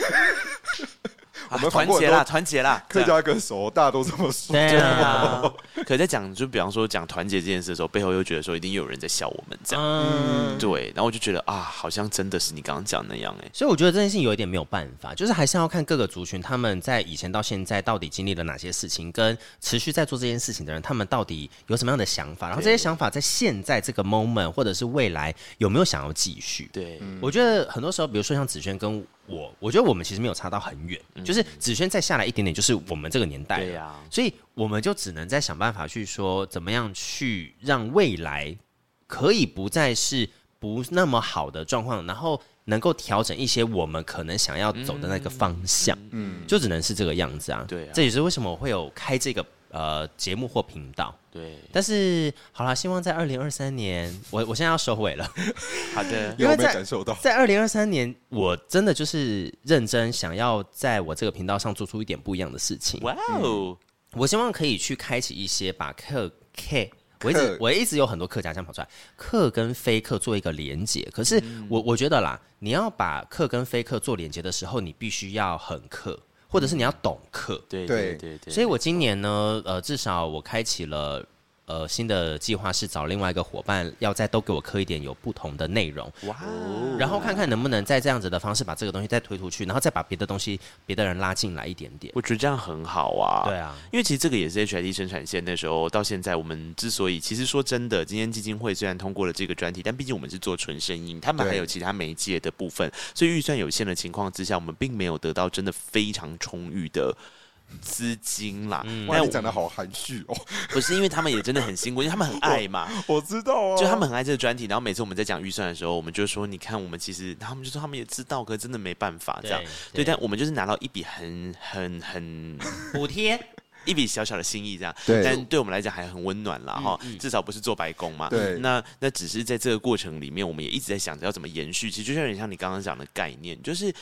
Speaker 3: 我们
Speaker 2: 团
Speaker 3: 访过
Speaker 2: 结
Speaker 3: 很多
Speaker 2: 啦，团结啦，
Speaker 3: 客
Speaker 2: 这样。
Speaker 3: 家歌手哦大家都这么说。
Speaker 1: 对
Speaker 2: 对
Speaker 1: 啊，
Speaker 2: 啊， 可在讲就比方说讲团结这件事的时候，背后又觉得说一定又有人在笑我们这样，
Speaker 1: 嗯，
Speaker 2: 对，然后我就觉得啊，好像真的是你刚刚讲那样哎、
Speaker 1: 所以我觉得这件事情有一点没有办法，就是还是要看各个族群他们在以前到现在到底经历了哪些事情，跟持续在做这件事情的人，他们到底有什么样的想法，然后这些想法在现在这个 moment 或者是未来有没有想要继续。
Speaker 2: 对，
Speaker 1: 我觉得很多时候，比如说像子轩跟我，我觉得我们其实没有差到很远，就是子轩再下来一点点，就是我们这个年代了
Speaker 2: 嗯对啊
Speaker 1: 所以我们就只能再想办法去说，怎么样去让未来可以不再是不那么好的状况，然后能够调整一些我们可能想要走的那个方向，嗯，就只能是这个样子啊。
Speaker 2: 对啊
Speaker 1: 这也是为什么我会有开这个呃节目或频道。
Speaker 2: 对，
Speaker 1: 但是好啦，希望在二零二三年，我我现在要收尾了。
Speaker 2: 好的，
Speaker 1: 因为
Speaker 3: 有没有
Speaker 1: 在
Speaker 3: 感受到？
Speaker 1: 在二零二三年，我真的就是认真想要在我这个频道上做出一点不一样的事情。
Speaker 2: 哇哦，
Speaker 1: 我希望可以去开启一些把客 K。我一直
Speaker 3: 客
Speaker 1: 我一直有很多客家腔跑出来，客跟非客做一个连接。可是我我觉得啦，你要把客跟非客做连接的时候，你必须要很客，或者是你要懂客。
Speaker 2: 对对
Speaker 3: 对
Speaker 2: 对对，
Speaker 1: 所以我今年呢，呃，至少我开启了呃新的计划，是找另外一个伙伴，要再都给我磕一点有不同的内容。
Speaker 2: 哇哦，
Speaker 1: 然后看看能不能再这样子的方式把这个东西再推出去，然后再把别的东西、别的人拉进来一点点。
Speaker 2: 我觉得这样很好啊，
Speaker 1: 对啊，
Speaker 2: 因为其实这个也是 HID 生产线那时候到现在，我们之所以其实说真的，今天基金会虽然通过了这个专题，但毕竟我们是做纯声音，他们
Speaker 3: 对
Speaker 2: 还有其他媒介的部分，所以预算有限的情况之下，我们并没有得到真的非常充裕的。资金啦，
Speaker 1: 嗯
Speaker 3: 哇，
Speaker 2: 那
Speaker 3: 你讲的好含蓄哦。
Speaker 2: 不是因为他们也真的很辛苦，因为他们很爱嘛，
Speaker 3: 我知道啊，
Speaker 2: 就他们很爱这个专题。然后每次我们在讲预算的时候，我们就说，你看我们其实，他们就说他们也知道，可是真的没办法这样。对，
Speaker 1: 对
Speaker 2: 但我们就是拿到一笔很很很
Speaker 1: 补贴，
Speaker 2: 一笔小小的心意这样，
Speaker 3: 对
Speaker 2: 但对我们来讲还很温暖啦哈、至少不是做白工嘛。
Speaker 3: 对
Speaker 2: 那那只是在这个过程里面，我们也一直在想着要怎么延续。其实就像有点像你刚刚讲的概念，就是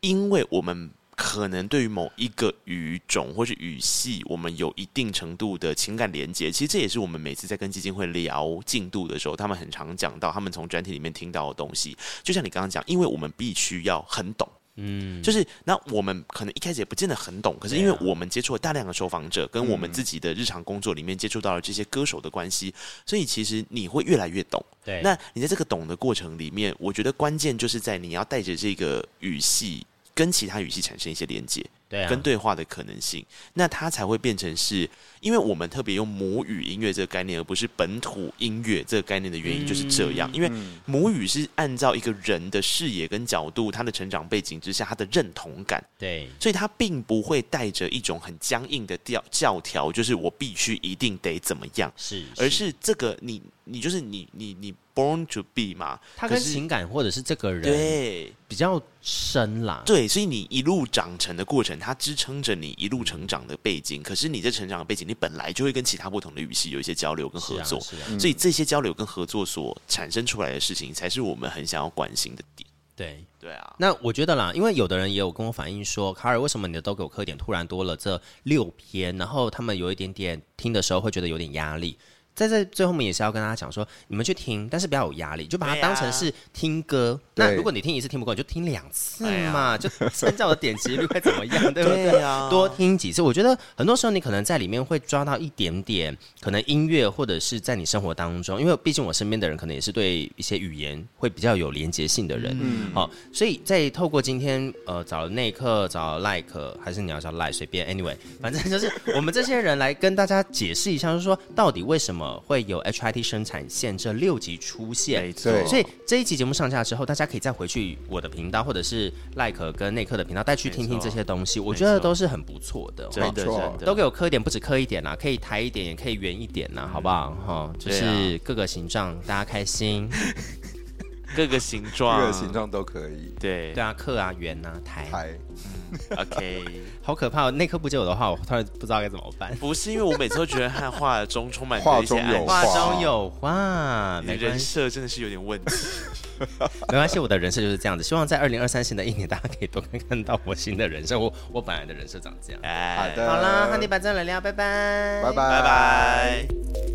Speaker 2: 因为我们。可能对于某一个语种或是语系，我们有一定程度的情感连接。其实这也是我们每次在跟基金会聊进度的时候，他们很常讲到，他们从专题里面听到的东西。就像你刚刚讲，因为我们必须要很懂。
Speaker 1: 嗯，
Speaker 2: 就是那我们可能一开始也不见得很懂，可是因为
Speaker 1: 对啊嗯
Speaker 2: 我们接触了大量的受访者，跟我们自己的日常工作里面接触到了这些歌手的关系，所以其实你会越来越懂。
Speaker 1: 对，
Speaker 2: 那你在这个懂的过程里面，我觉得关键就是在你要带着这个语系。跟其他语系产生一些连接，
Speaker 1: 对啊，
Speaker 2: 跟对话的可能性，那它才会变成是，因为我们特别用母语音乐这个概念，而不是本土音乐这个概念的原因就是这样，因为
Speaker 3: 嗯
Speaker 2: 母语是按照一个人的视野跟角度，他的成长背景之下，他的认同感，
Speaker 1: 对
Speaker 2: 所以他并不会带着一种很僵硬的调教条，就是我必须一定得怎么样，
Speaker 1: 是，
Speaker 2: 而是这个你你就是你你你 born to be 嘛，
Speaker 1: 他跟
Speaker 2: 可是
Speaker 1: 情感或者是这个人
Speaker 2: 对
Speaker 1: 比较深啦。
Speaker 2: 对，所以你一路长成的过程，它支撑着你一路成长的背景。可是你这成长的背景，你本来就会跟其他不同的语系有一些交流跟
Speaker 1: 是
Speaker 2: 合
Speaker 1: 啊，
Speaker 2: 作，
Speaker 1: 是啊，
Speaker 3: 嗯
Speaker 2: 所以这些交流跟合作所产生出来的事情，才是我们很想要关心的点。
Speaker 1: 对。
Speaker 2: 对啊，
Speaker 1: 那我觉得啦，因为有的人也有跟我反映说，卡尔，为什么你的都给我磕点突然多了这六篇？然后他们有一点点听的时候会觉得有点压力。在这最后面也是要跟大家讲说，你们去听，但是不要有压力，就把它
Speaker 2: 对啊
Speaker 1: 当成是听歌。
Speaker 3: 对
Speaker 1: 那如果你听一次听不够，你就听两次
Speaker 2: 哎呀
Speaker 1: 嘛，就参照我的点击率会怎么 样，对不对？
Speaker 2: 对啊
Speaker 1: 多听几次，我觉得很多时候你可能在里面会抓到一点点，可能音乐或者是在你生活当中，因为毕竟我身边的人可能也是对一些语言会比较有连结性的人，嗯，好、所以在透过今天呃找内克找赖克，还是你要叫赖随便，anyway，反正就是我们这些人来跟大家解释一下，就是说到底为什么会有 HIT 生产线这六集出现，
Speaker 2: 没错
Speaker 3: 对，
Speaker 1: 所以这一期节目上架之后，大家可以再回去我的频道，或者是赖可跟内克的频道，再去听听这些东西，我觉得都是很不错的。
Speaker 2: 真
Speaker 1: 哈
Speaker 2: 的
Speaker 3: 没错
Speaker 2: 真的
Speaker 1: 都给我磕一点，不止磕一点啦，啊可以抬一点，也可以圆一点啦，好不好？哈，就
Speaker 2: 对
Speaker 1: 是各个形状，大家开心。
Speaker 2: 各个形
Speaker 3: 各
Speaker 2: 状，
Speaker 3: 个形状都可以。
Speaker 2: 对
Speaker 1: 对啊，磕啊，圆啊，抬，
Speaker 3: 嗨，
Speaker 2: ，OK。
Speaker 1: 好可怕、哦！内克不接我的话，我突然不知道该怎么办。
Speaker 2: 不是因为我每次都觉得和画中充满着
Speaker 3: 画
Speaker 2: 一些
Speaker 3: 中
Speaker 2: 暗
Speaker 3: 有
Speaker 1: 话
Speaker 3: 话
Speaker 1: 中有话，
Speaker 2: 你
Speaker 1: 没
Speaker 2: 人
Speaker 1: 关系，
Speaker 2: 设真的是有点问题。
Speaker 1: 没关系，我的人设就是这样子。希望在二零二三新的一年，大家可以多看看到我新的人设，我我本来的人设长这样。
Speaker 2: 哎
Speaker 3: 好的
Speaker 1: 好啦，和你把这聊聊，拜拜，
Speaker 3: 拜拜
Speaker 2: 拜拜。